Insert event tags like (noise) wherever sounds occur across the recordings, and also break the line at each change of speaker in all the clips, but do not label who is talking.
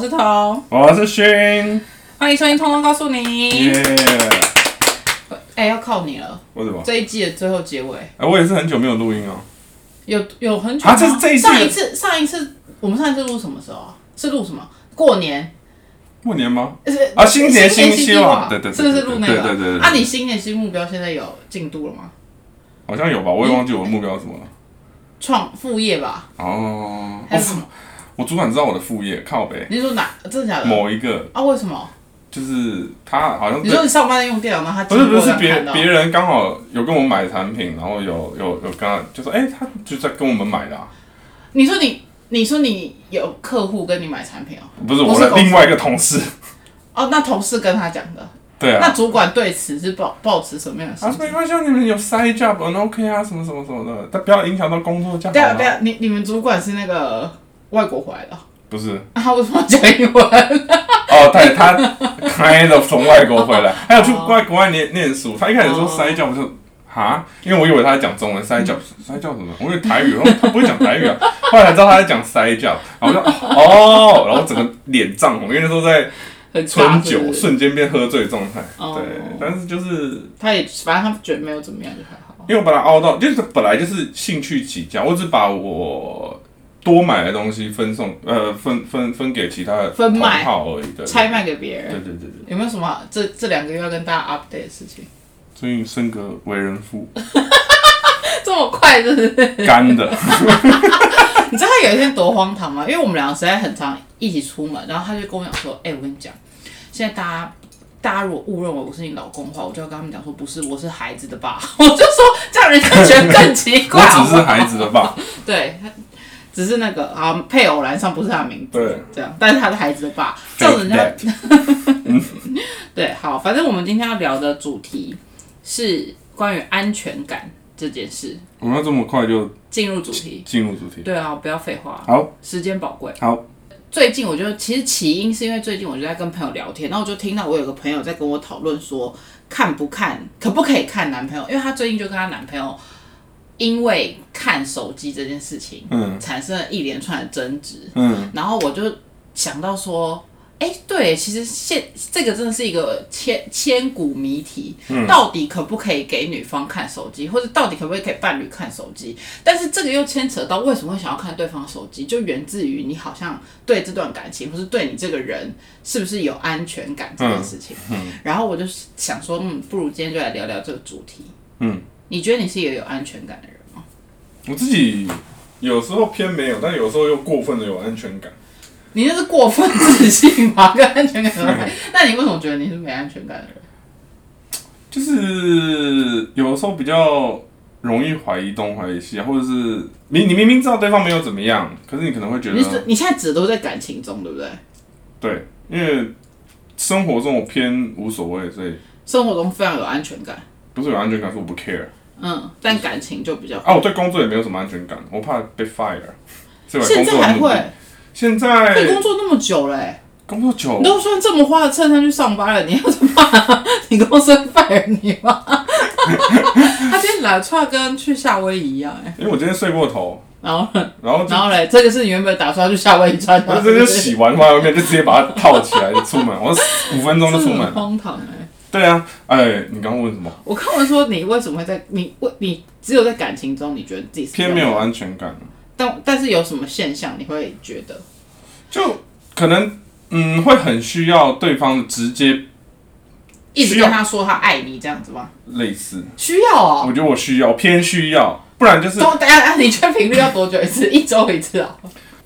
是彤，
我是勋，
欢迎收听《通通告诉你》
耶、
哎、要靠你了，
为什么？
这一季的最后结尾
哎、我也是很久没有录音哦。
有有很久吗
啊这是这一季
上一次上一次我们上一次录什么时候啊？是录什么？过年呃
过年吗？
是
啊新年
新
新希
希
望对对对
是不是录那个？
对对对对对
啊，你新年新目标现在有进度了吗？
好像有吧，我也忘记我的目标是什么了。
创副业吧，
哦，
还
我
有什么？
我主管知道我的副业，靠北。
你说哪？真的假的？
某一个
啊，为什么？
就是他好像
你说你上班在用电脑，然后他
不是
经
不
过
是
然后
别
看到
别人刚好有跟我买产品，然后有有有跟他就说，哎、他就在跟我们买的、啊，
你说你你说你有客户跟你买产品哦、
不是
不是
我的
公司
另外一个同事。 (laughs)
哦，那同事跟他讲的，
对
那
啊，
主管对此是抱抱持什么样的
他
心
说没
情？
关系啊，你们有 side job 很 OK 啊，什么什么什么的，但不要影响到工作就好
对啊，对
了。
啊，你你们主管是那个外国回来的哦，
不是，
那他为什么要讲英文？
哦，对，他 kind of 从外国
(laughs)
回来，还有去外国外念念书。他一开始说
哦
塞教，我就哈，因为我以为他在讲中文，塞教
嗯
塞教什么？我以为台语，他他不会讲台语啊。 (laughs) 后来才知道他在讲塞教，然后我就哦，然后整个脸涨红，因为那时候在
很
春
尬是
酒
不，是
瞬间变喝醉状态。
哦
对，但是就是
他也反正他觉得没有怎么样就还好。
因为我把它凹到，就是本来就是兴趣起家，我只把我多买的东西分送呃分分分给其他的
分卖
同好而已，对，
拆卖给别
对
人，
对对对。
有没有什么这这两个月要跟大家 update 的事情？
最近升格为人父，
这么快，是不是？
干 (laughs) 的。
你知道他有一天多荒唐吗？因为我们两个实在很常一起出门，然后他就跟我讲说：“哎、我跟你讲，现在大家大家如果误认为我是你老公的话，我就要跟他们讲说不是，我是孩子的爸。”我就说这样人家觉得更奇
我
怪。
只是
好不好
孩子的爸，
对，他只是那个啊配偶栏上不是他的名字，
对，
这样，但是他的孩子的爸，这样人家
Fake that
(laughs) 对，好，反正我们今天要聊的主题是关于安全感这件事。
我们要这么快就
进入主题，
进入主题。
对啊，不要废话，
好，
时间宝贵。
好，
最近我就其实起因是因为最近我就在跟朋友聊天，然后我就听到我有个朋友在跟我讨论说看不看可不可以看男朋友，因为她最近就跟她男朋友因为看手机这件事情
嗯
产生了一连串的争执，
嗯，
然后我就想到说。哎、对，其实现这个真的是一个千千古谜题，
嗯
到底可不可以给女方看手机，或者到底可不可以给伴侣看手机？但是这个又牵扯到为什么会想要看对方手机，就源自于你好像对这段感情，或是对你这个人是不是有安全感这件事情。
嗯
然后我就想说，嗯，不如今天就来聊聊这个主题。
嗯，
你觉得你是一个有安全感的人吗？
我自己有时候偏没有，但有时候又过分的有安全感。
你那是过分自信吧？跟安全感有
(laughs)
关？那你为什么觉得你是没安全感的人？
就是有时候比较容易怀疑东怀疑西，啊或者是你你明明知道对方没有怎么样，可是你可能会觉
你是
得
你现在指的都在感情中，对不对？
对，因为生活中我偏无所谓，所以
生活中非常有安全感，
不是有安全感，是我不 care
嗯，但感情就比较。
啊。我对工作也没有什么安全感，我怕被 fire。所以我
现
工
在
作哎的
还
目的
会，
现
你
在
工作那么久嘞、欸，
工作久
你，都穿这么花的衬衫去上班了，你要怎么办？ (laughs) 你公司 fire 你吗？ (laughs) 他今天来穿跟去夏威夷一样哎、
因为我今天睡过头，
然后呢
然后就
然后嘞，这个是你原本打算要去夏威夷穿的
我
吗，
哦就直接洗完放在外面，就直接把它套起来就出门，我五分钟就出
这
门
很。荒唐哎、
对啊，哎，你刚刚问什么？
我看完说你为什么会在你为你只有在感情中你觉得自己是
偏没有，啊安全感，
但但是有什么现象你会觉得？
就可能嗯会很需要对方直接
一直
需要
跟他说他爱你这样子吗？
类似，
需要哦。
我觉得我需要偏需要，不然就是哦
都啊等一下，你圈频率要多久一次？一 (laughs) 周一次啊、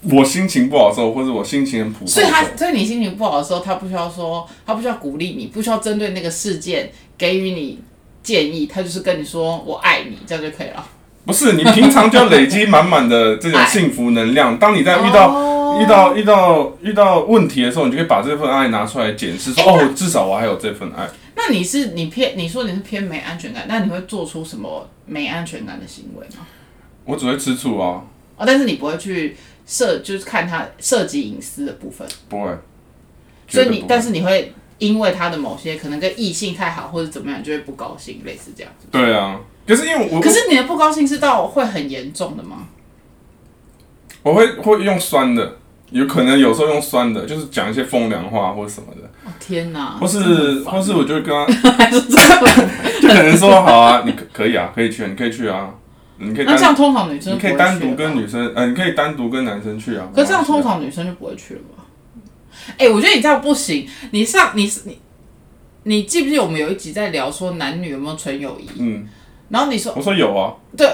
我心情不好的时候，或者我心情很普通的
所
时
以
候，
他，所以你心情不好的时候，他不需要说，他不需要鼓励你，不需要针对那个事件给予你建议，他就是跟你说“我爱你”，这样就可以了。
不是你平常就要累积满满的这种幸福能量，当你在遇到。
哎哦
遇到遇到遇到问题的时候，你就可以把这份爱拿出来检视，
(laughs)
说哦，至少我还有这份爱。
那你是你偏，你说你是偏没安全感，那你会做出什么没安全感的行为吗？
我只会吃醋啊，
哦，但是你不会去涉，就是看他涉及隐私的部分，
不会。
所以
绝对
你
不，会
但是你会因为他的某些可能跟异性太好或者怎么样，你就会不高兴，类似这样。
对啊，可是因为我
可是你的不高兴是到会很严重的吗？
我会会用酸的，有可能有时候用酸的，就是讲一些风凉话或者什么的，
哦天哪！
或
真的
是
很烦
或是我就会跟他，
还是这样
就可能说好啊，你可可以啊，可以去啊，你可以去啊，你可
(laughs)
以
那这样
单
通常女生
你可以
不会去
单独
了吧
跟女生，呃，你可以单独跟男生去啊。
可这样
没关
通
系啊
常女生就不会去了吧？哎、我觉得你这样不行。你上你你你记不记得我们有一集在聊说男女有没有纯友谊？
嗯，
然后你说
我说有啊，
对，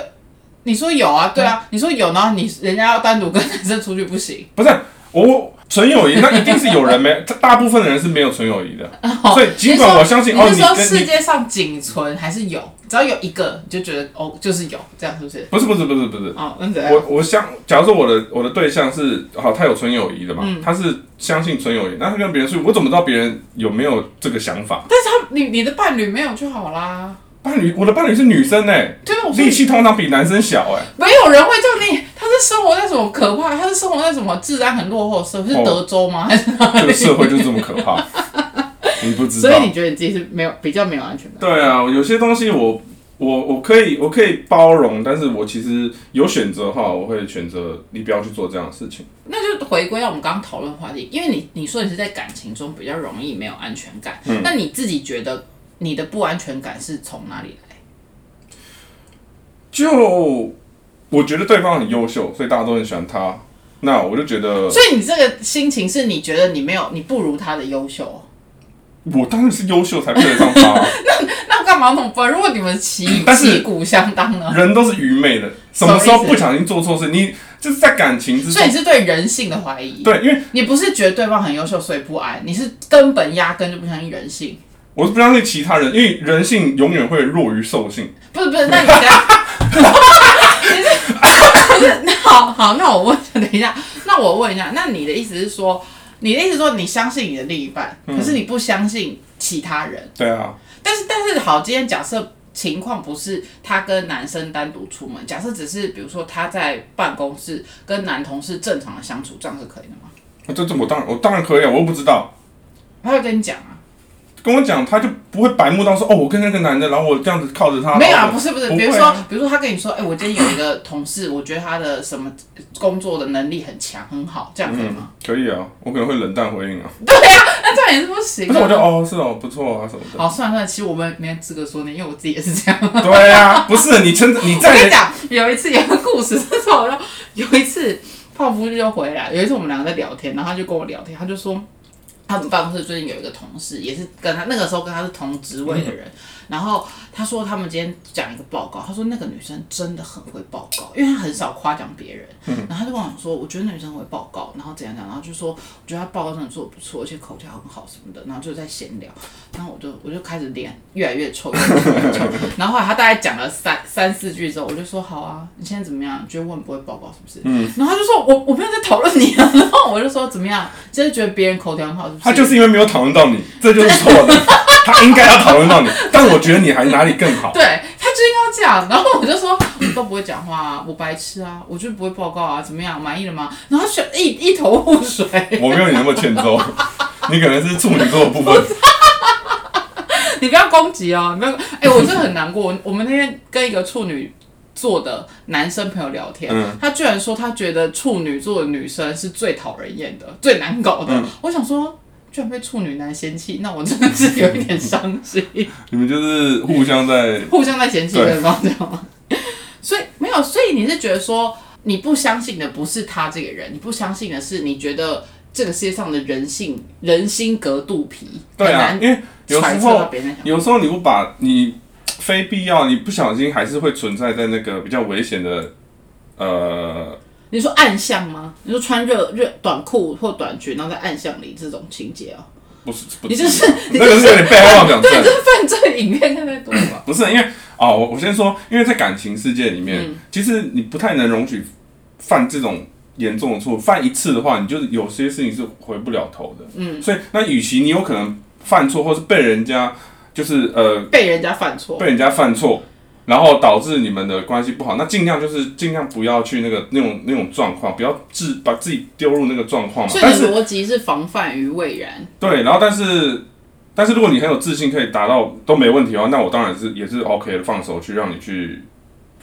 你说有啊，对
嗯
啊，你说有，然后你人家要单独跟男生出去不行。
不是我纯友谊，那一定是有
(laughs)
人没，大部分的人是没有纯友谊的， (laughs) 所以尽
哦你
管
说
我相信
你
哦，
是
你
说
跟
世
你
界上仅存还是有？只要有一个，你就觉得哦，就是有，这样是不是？
不是不是不是不是，
哦，那怎样？
我我相，假如说我的我的对象是好，他有纯友谊的嘛，
嗯
他是相信纯友谊，那他跟别人睡，我怎么知道别人有没有这个想法？
但是他你你的伴侣没有就好啦。
伴侣，我的伴侣是女生哎、
对啊，我说
力气通常比男生小
(laughs)
哎、
没有人会叫你，他是生活在什么可怕？他是生活在什么治安很落后的社会？是
哦
德州吗？还是哪
这
里
个？社会就是这么可
(laughs)
怕，你不知
所以
道
你？觉得你自己是没有比较没有安全感？
对啊，有些东西我我我可以我可以包容，但是我其实有选择的话，我会选择你不要去做这样的事情。
那就回归到我们刚刚讨论的话题，因为你你说你是在感情中比较容易没有安全感，
嗯
那你自己觉得你的不安全感是从哪里来？
就我觉得对方很优秀，所以大家都很喜欢他，那我就觉得
所以你这个心情是你觉得你没有你不如他的优秀哦，
我当然是优秀才配得上他啊、
(laughs) 那干嘛弄分？如果你们旗
(coughs) 但
旗
是
鼓相当呢？
人都是愚昧的，什么时候不小心做错事，你就是在感情之
所以
中
你，是对人性的怀疑，
对，因为
你不是觉得对方很优秀所以不安，你是根本压根就不相信人性。
我是不相信其他人，因为人性永远会弱于兽性。
不是不是，那你等一下，你是不是那好好，那我问，等一下，那我问一下，那你的意思是说，你的意思是说你相信你的另一半，
嗯
可是你不相信其他人，
对啊，
但是但是好，今天假设。情况不是他跟男生单独出门，假设只是比如说他在办公室跟男同事正常的相处，这样是可以的吗？
这这我当然我当然可以啊，我又不知道。
他会跟你讲啊，
跟我讲，他就不会白目到说哦，我跟那个男的，然后我这样子靠着他。
没有
然
啊，
后
不是不是，
不
比如
会
说
啊，
比如说他跟你说，哎、我今天有一个同事，我觉得他的什么工作的能力很强，很好，这样可以吗？
嗯，可以啊，我可能会冷淡回应啊。
那这样也是不行、啊。
不是，我就哦，是哦，不错啊什么的。
好，算了算了，其实我们没资格说你，因为我自己也是这样。
对啊，不是你真的你
我跟
在
你讲，有一次有个故事，这是我就有一次泡芙就回来，有一次我们两个在聊天，然后他就跟我聊天，他就说。他们办公室最近有一个同事，也是跟他那个时候跟他是同职位的人，然后他说他们今天讲一个报告，他说那个女生真的很会报告，因为她很少夸奖别人，然后他就跟我讲说，我觉得那女生很会报告，然后怎样怎样，然后就说我觉得她报告真的做的不错，而且口条很好什么的，然后就在闲聊，然后我就我就开始脸越来越臭，越来越臭，然后后来他大概讲了三三四句之后，我就说好啊，你现在怎么样？你觉得我很不会报告是不是？嗯，然后他就说我我没有在讨论你啊，然后我就说怎么样？真的觉得别人口条很好是不是？
他就是因为没有讨论到你，这就是错
(laughs)
的。他应该要讨论到你，但我觉得你还哪里更好。
对他就应该要这样，然后我就说我都不会讲话啊，我白痴啊，我就不会报告啊，怎么样？满意了吗？然后他选一一头雾水，
我没有你那么欠揍，你可能是处女座的部分。
你不要攻击哦，你不要，哎、我真的很难过。我我们那天跟一个处女座的男生朋友聊天，
嗯
他居然说他觉得处女座的女生是最讨人厌的、最难搞的。我想说，居然被处女男嫌弃，那我真的是有一点伤心。
你们就是互相在
互相在嫌弃对方，这样吗？ (laughs) 所以没有，所以你是觉得说你不相信的不是他这个人，你不相信的是你觉得这个世界上的人性人心隔肚皮，
对啊，
很
因为有时
难揣测到
候
别人在想
有时候你不把你非必要，你不小心还是会存在在那个比较危险的呃，
你说暗巷吗？你说穿热热短裤或短裙，然后在暗巷里这种情节哦、
不是不
你就是 (laughs) 你
那
就
个是有点被害妄想症
(laughs) 对，，这是犯罪影片看太多了吧？
不是因为哦，我我先说，因为在感情世界里面，
嗯
其实你不太能容许犯这种。严重的错误，犯一次的话，你就是有些事情是回不了头的。嗯，所以那与其你有可能犯错，或是被人家就是呃
被人家犯错，
被人家犯错，然后导致你们的关系不好，那尽量就是尽量不要去那个那种那种状况，不要自把自己丢入那个状况嘛
所。以
但
你的
是
逻辑是防范于未然。
对，然后但是但是如果你很有自信，可以达到都没问题的话，那我当然是也是 OK 的，放手去让你去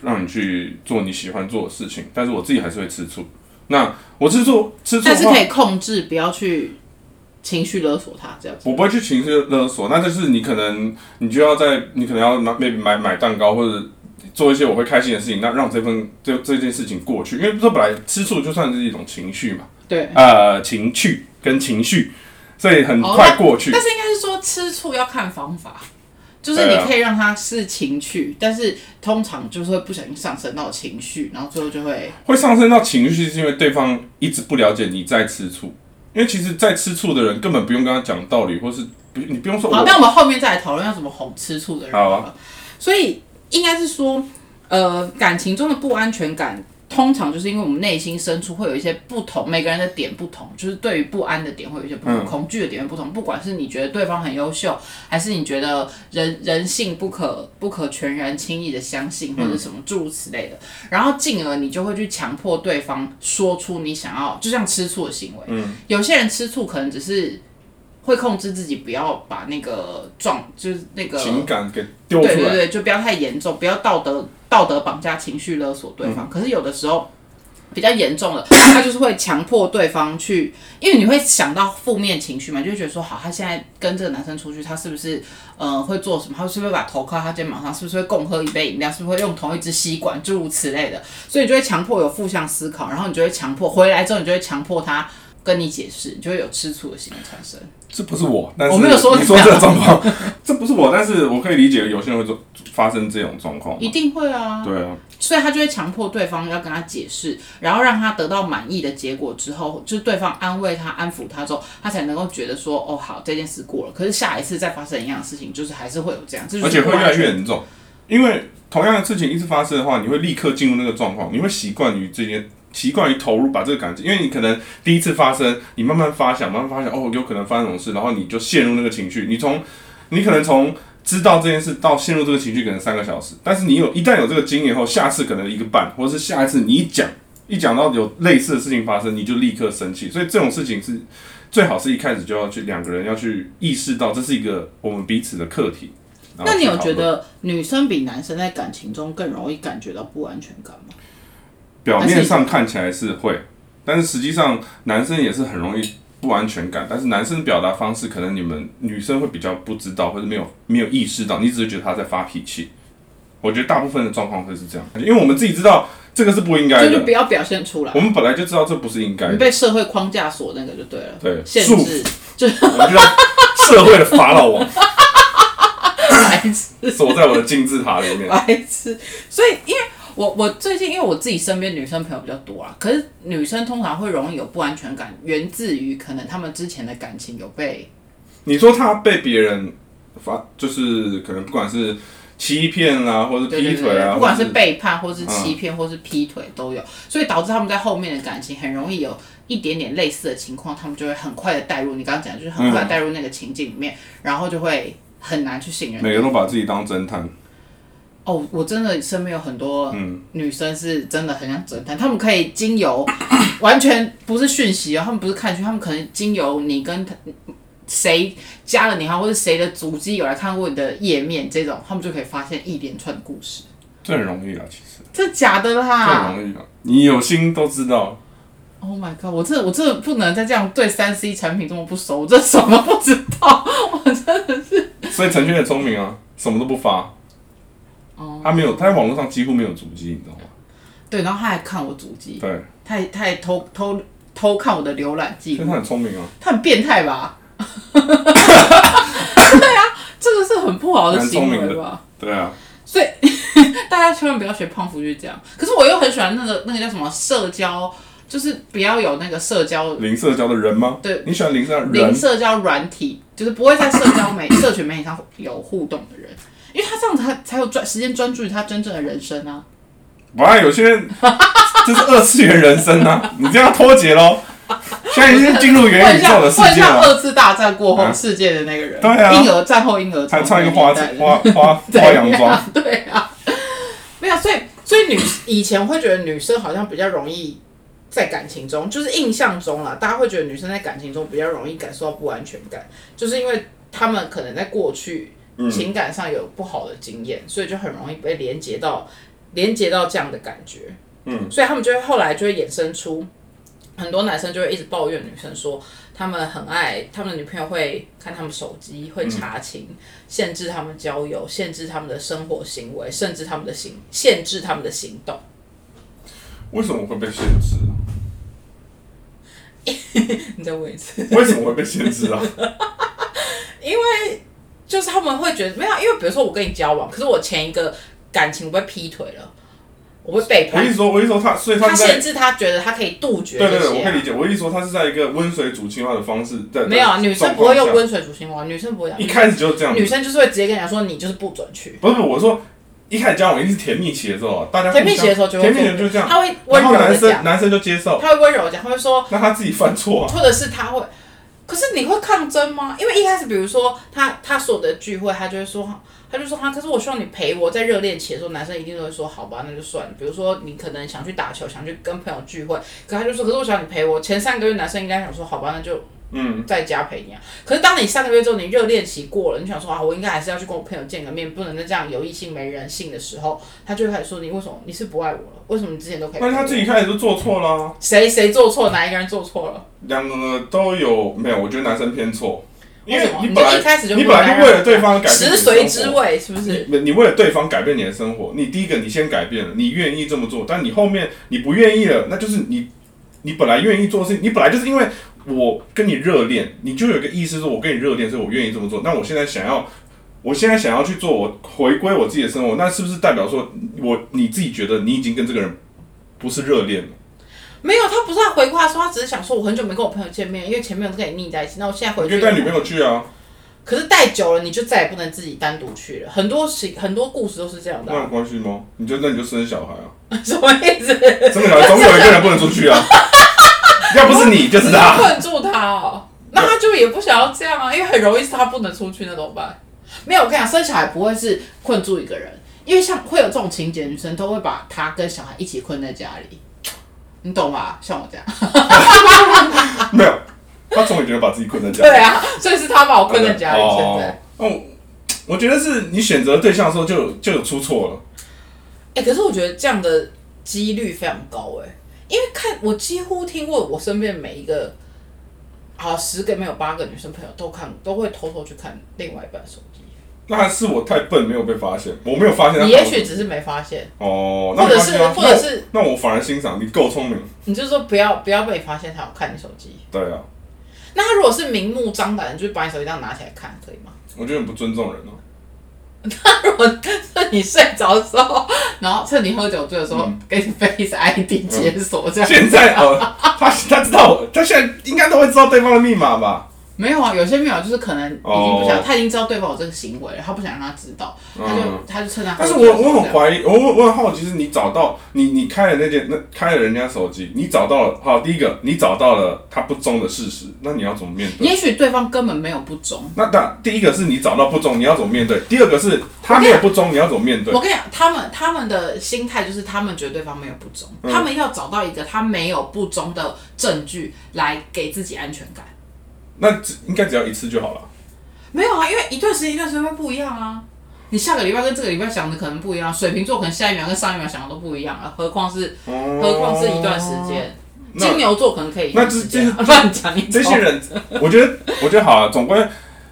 让你去做你喜欢做的事情，但是我自己还是会吃醋。那我吃错吃错
但是
的话
可，以控制，不要去情绪勒索他这样子。
我不会去情绪勒索，那就是你可能你就要在你可能要买 maybe 买买蛋糕或者。做一些我会开心的事情，那让这份这这件事情过去，因为这本来吃醋就算是一种情绪嘛，
对，
呃，情趣跟情绪，所以很
哦
快过去。
但是应该是说吃醋要看方法，就是你
对啊
可以让它是情绪，但是通常就是会不小心上升到情绪，然后最后就会
会上升到情绪，是因为对方一直不了解你在吃醋。因为其实，在吃醋的人根本不用跟他讲道理，或是不你不用说我
好，那我们后面再来讨论要怎么哄吃醋的人
好啊
了。所以应该是说，呃，感情中的不安全感，通常就是因为我们内心深处会有一些不同，每个人的点不同，就是对于不安的点会有一些不同，
嗯
恐惧的点会不同。不管是你觉得对方很优秀，还是你觉得人人性不可不可全然轻易的相信，或者什么诸如此类的，然后进而你就会去强迫对方说出你想要，就像吃醋的行为。嗯，有些人吃醋可能只是。会控制自己不要把那个状，就是那个
情感给丢出
对
来。
对对，就不要太严重，不要道德道德绑架、情绪勒索对
嗯
方。可是有的时候比较严重的，他就是会强迫对方去，因为你会想到负面情绪嘛，就会觉得说，好，他现在跟这个男生出去，他是不是呃会做什么？他是不是会把头靠他肩膀上？是不是会共喝一杯饮料？是不是会用同一支吸管？诸如此类的，所以你就会强迫有负向思考，然后你就会强迫回来之后，你就会强迫他。跟你解释，你就会有吃醋的行为产生。
这不是我，但是
我没有说
你
你
说
啊
这个状况， (laughs) 这不是我，但是我可以理解有些人会做发生这种状况嘛。
一定会啊，
对啊，
所以他就会强迫对方要跟他解释，然后让他得到满意的结果之后，就是对方安慰他、安抚他之后，他才能够觉得说，哦，好，这件事过了。可是下一次再发生一样的事情，就是还是会有这样，这就是
而且
不
会越
安
来
全
越严重，因为同样的事情一直发生的话，你会立刻进入那个状况，你会习惯于这件。习惯于投入，把这个感情，因为你可能第一次发生，你慢慢发想，慢慢发想，哦，有可能发生这种事，然后你就陷入那个情绪。你从，你可能从知道这件事到陷入这个情绪，可能三个小时。但是你有一旦有这个经验后，下次可能一个半，或是下一次你一讲，一讲到有类似的事情发生，你就立刻生气。所以这种事情是最好是一开始就要去两个人要去意识到，这是一个我们彼此的课题。然后
那你有
去讨
觉
论
得女生比男生在感情中更容易感觉到不安全感吗？
表面上看起来是会，但是实际上男生也是很容易不安全感，但是男生表达方式可能你们女生会比较不知道，或者没有没有意识到，你只是觉得他在发脾气。我觉得大部分的状况会是这样，因为我们自己知道这个是不应该
就是
的
不，要表现出来
我，们本来就知道这不是应该
你
的，
被社会框架所那个就对了，
对
限
束
制
缚我们就像社会的法老王
白 (laughs) 痴。
锁在我的金字塔里
(laughs)
面。
白痴。所以，因为我我最近因为我自己身边女生朋友比较多啊，可是女生通常会容易有不安全感，源自于可能她们之前的感情有被
你说他被别人发，就是可能不管是欺骗啦，或者
对
劈
对
腿
对
啊，
不管
或嗯
是
者
背叛或是欺骗或是劈腿都有，所以导致他们在后面的感情很容易有一点点类似的情况，他们就会很快的带入你刚刚讲的，就是很
嗯
快的带入那个情境里面，然后就会很难去信任。
每个都把自己当侦探。
哦，我真的身边有很多女生是真的很想整探，她们可以经由 (coughs) 完全不是讯息哦，她们不是看去，她们可能经由你跟她谁加了你好，或者谁的足迹有来看过你的页面这种，她们就可以发现一连串的故事，
这很容易啊，其实
这假的
这
啦
很容易啊，你有心都知道。
！Oh my god，我这我这不能再这样对三 C 产品这么不熟，我这什么不知道？
所以陈轩很聪明啊，什么都不发。
哦
他没有，他在网络上几乎没有足迹，你知道吗？
对，然后她还看我足迹，
对，
她还她还偷偷偷看我的浏览记
所
录
以。他很聪明啊，
他很变态 (laughs) 吧？对啊，这个是很不好的行
蛮聪
为
明
吧？
对啊，
大家千万不要学胖虎去这样。可是我又很喜欢那个那个叫什么社交，就是不要有那个社交
零社交的人吗？
哦对，
你喜欢零社交的
零
人？
社交软体，就是不会在社交
(laughs)
媒社群媒体上有互动的人，因为他这样子他才有专时间专注于他真正的人生啊。
不然有些
(laughs)
人这是二次元人生啊，你这样脱节喽。现在已经进入元
问
宇
一下，
宙的世
问一
界
下
了，
二次大战过后
啊
世界的那个人，
对啊
婴儿战后婴儿，
还穿一个花花花花洋装，
(laughs) 对啊，对啊，没有，所以所以女以前会觉得女生好像比较容易在感情中，就是印象中啦，大家会觉得女生在感情中比较容易感受到不安全感，就是因为她们可能在过去
嗯
情感上有不好的经验，所以就很容易被连接到连接到这样的感觉，
嗯，
所以他们就会后来就会衍生出
很多男生就会一直抱怨女生说，他们很爱他们的女朋友会看他们手机，会查情，限制他们交友，限制他们的生活行为，甚至他们的行，限制他们的行动。
为什么会被限制啊？
你再问一次，
为什么会被限
(laughs)
制啊？
就是他们会觉得没有，因为比如说我跟你交往，可是我前一个感情我被劈腿了，我被背
我一
叛
直，说，我一直说他，所以他
他
是在
限制他觉得他可以杜绝
对对
这
对，我
些
可以
啊、
理解。我一直说他是在一个温水煮青蛙的方式在
没有啊，
在
女生不会
状
用
况下
温水煮青蛙，女生不会讲
一，开始就这样子
女生就是会直接跟你讲说你就是不准去。
不是我说，一开始交往一定是甜蜜期的时候啊，大家互
甜
相
蜜期的时候就会
甜蜜期就这样，
他会温
然
柔
后男
的
生
讲，
男生就接受，
他会温柔的讲，他会说，
那他自己犯错啊，
或者是他会，可是你会抗争吗？因为一开始，比如说他他所有的聚会，他就会说，他就说啊他，可是我希望你陪我。在热恋期的时候，男生一定都会说好吧，那就算了。比如说你可能想去打球，想去跟朋友聚会，可他就说，可是我想你陪我。前三个月男生应该想说好吧，那就
嗯，
在家陪你啊。可是当你三个月之后，你热恋期过了，你想说啊，我应该还是要去跟我朋友见个面，不能再这样有异性没人性的时候，他就会开始说你为什么你是不爱我了？为什么你之前都可以陪
那
我？
他自己一开始就做错了啊，
谁谁做错，哪一个人做错了？
两个都有没有？我觉得男生偏错，因
为
为
什么
你
你
本
就一
来
开始就
你
不
本
应该
来就为了对方改变你
食
的
髓
生
知
活。
味，是不是？
你你为了对方改变你的生活，你第一个你先改变了，你愿意这么做，但你后面你不愿意了，那就是你你本来愿意做的事情，你本来就是因为我跟你热恋，你就有一个意思说我跟你热恋，所以我愿意这么做。那我现在想要，我现在想要去做，我回归我自己的生活，那是不是代表说我你自己觉得你已经跟这个人不是热恋了？
没有，他不是要回话说，他只是想说，我很久没跟我朋友见面，因为前面都跟你腻在一起，那我现在回
你可
去
以带女朋。友去啊，
可是带久了，你就再也不能自己单独去了。很多事，很多故事都是这样的
那有
啊、
关系吗？你就那你就生小孩
(laughs)
啊，
什么意思？
生小孩总有一个人不能出去啊， (laughs) 要不是你就是他。
困住他哦，那他就也不想要这样啊，因为很容易是他不能出去，那怎么办？
没有，我跟你讲，生小孩不会是困住一个人，因为像会有这种情节，女生都会把她跟小孩一起困在家里，你懂吗？像我这样，
没有，他总也觉得把自己困在家里。
对啊，所以是他把我困在家里，现在。
哦，哦我觉得是你选择对象的时候就有就有出错了。
哎、可是我觉得这样的几率非常高哎、因为看我几乎听过我身边每一个，好十个没有八个女生朋友都看都会偷偷去看另外一半的手机，
那还是我太笨，没有被发现，我没有发现他。
你也许只是没发现，
哦，那
或者
没关系
是
啊
或者是
那我那我反而欣赏你够聪明。
你就说不要不要被发现他有看你手机。
对啊，
那他如果是明目张胆的，就是把你手机这样拿起来看，可以
(laughs)
吗？
我觉得很不尊重人哦、
如果趁你睡着的时候，
然后趁你喝酒醉的时候，
嗯
给你 Face ID 解锁这样。
现在哦，他他知道我，他现在应该都会知道对方的密码吧？
没有啊，有些没有，就是可能已经不
哦嗯
想，他已经知道对方有这个行为了，他不想让他知道，他就他就趁他喝
但是
酒
我
的时候这样。
我很怀疑，我我我很好奇，是你找到你你开了那件那开了人家手机，你找到了好第一个，你找到了他不忠的事实，那你要怎么面对？
也许对方根本没有不忠。
那那第一个是你找到不忠，你要怎么面对？第二个是他没有不忠，你要怎么面对
我？跟你讲，他们他们的心态就是他们觉得对方没有不忠，
嗯
他们要找到一个他没有不忠的证据来给自己安全感。
那只应该只要一次就好了。
没有啊，因为一段时间一段时间会不一样啊。你下个礼拜跟这个礼拜想的可能不一样，水瓶座可能下一秒跟上一秒想的都不一样啊，何况是何况是一段时。间。
哦那
金牛座可能可以一
那
段
这
时间啊，
这
不然讲 (laughs) 哦你
这些人，我觉得我觉得好、啊，总归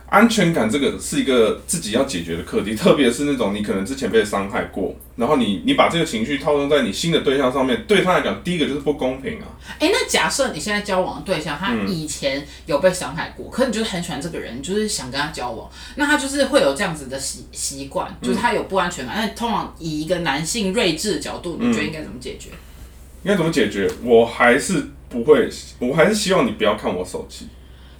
安全感这个是一个自己要解决的课题，特别是那种你可能之前被伤害过，然后你你把这个情绪套用在你新的对象上面，对他来讲，第一个就是不公平啊。
哎、那假设你现在交往的对象，
嗯
他以前有被伤害过，可你就是很喜欢这个人，你就是想跟他交往，那他就是会有这样子的习习惯，
嗯
就是他有不安全感。那、通常以一个男性睿智的角度，你觉得应该怎么
嗯
解决？
应该怎么解决？我还是不会，我还是希望你不要看我手机。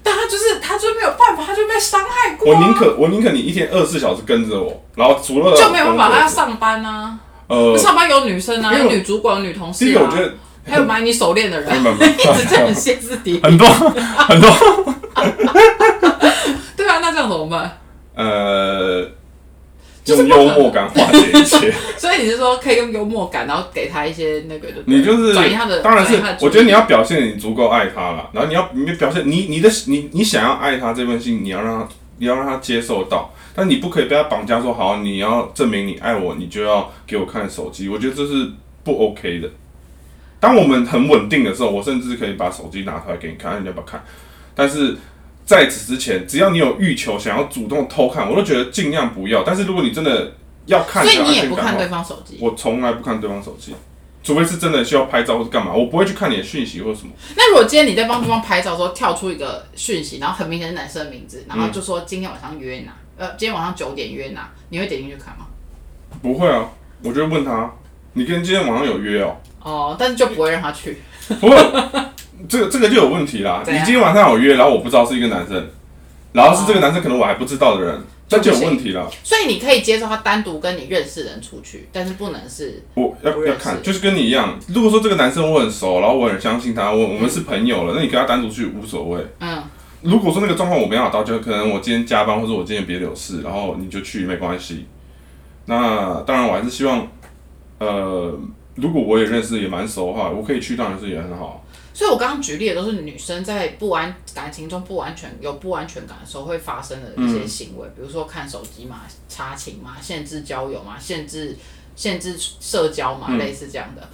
但他就是他就是没有办法，他就被伤害过、
我
啊，
哦宁可我宁可你一天二十四小时跟着我，然后除了
就没有办法，
工作
他要上班啊，
呃
那，上班有女生啊，
因为
有
我
女主管、有女同
第一
事
个
啊，
我觉得
还有买你手链的人，
(laughs) 没有没有
一直在很歇斯底里。
很多很多
(laughs) 对啊，那这样怎么办？
呃，
就是
用
不可能
幽默感化解一切。
所以你是说可以用幽默感，然后给他一些那个对不对，
你就是
转移他的，
当然
转
是
移他的，注意
我觉得你要表现你足够爱他了，然后你要你表现你你的你你想要爱他这份心，你要让他你要让他接受到，但你不可以被他绑架说好你要证明你爱我，你就要给我看手机，我觉得这是不 OK 的。当我们很稳定的时候，我甚至可以把手机拿出来给你看，哎你要不要看？但是在此之前，只要你有欲求想要主动偷看，我都觉得尽量不要。但是如果你真的要看，
所以你
想要
也
安
不
全感
看
的
对
话
方手机。
我从来不看对方手机，除非是真的需要拍照或是干嘛，我不会去看你的讯息或什么。
那如果今天你在帮对方拍照的时候跳出一个讯息，然后很明显是男生的名字，然后
嗯
就说今天晚上约哪，呃，今天晚上九点约哪，你啊会点进去看吗？
不会啊，我就会问他，你跟今天晚上有约哦？
哦，但是就不会让他去。
不过这个这个就有问题啦。你
怎样
今天晚上有约，然后我不知道是一个男生，然后是这个男生可能我还不知道的人，这就有问题啦。
(laughs) 所以你可以接受他单独跟你认识的人出去，但是不能是
我要要看，就是跟你一样。如果说这个男生我很熟，然后我很相信他，我我们是朋友了，那你跟他单独去无所谓。
嗯，
如果说那个状况我没办法到，就可能我今天加班或者我今天别的有事，然后你就去没关系。那当然，我还是希望，呃，如果我也认识也蛮熟的话，我可以去，当然是也很好。
所以我刚刚举例的都是女生在不安感情中不安全、有不安全感的时候会发生的一些行为，比如说看手机嘛、查寝嘛、限制交友嘛、限制限制社交嘛，
嗯
类似这样的。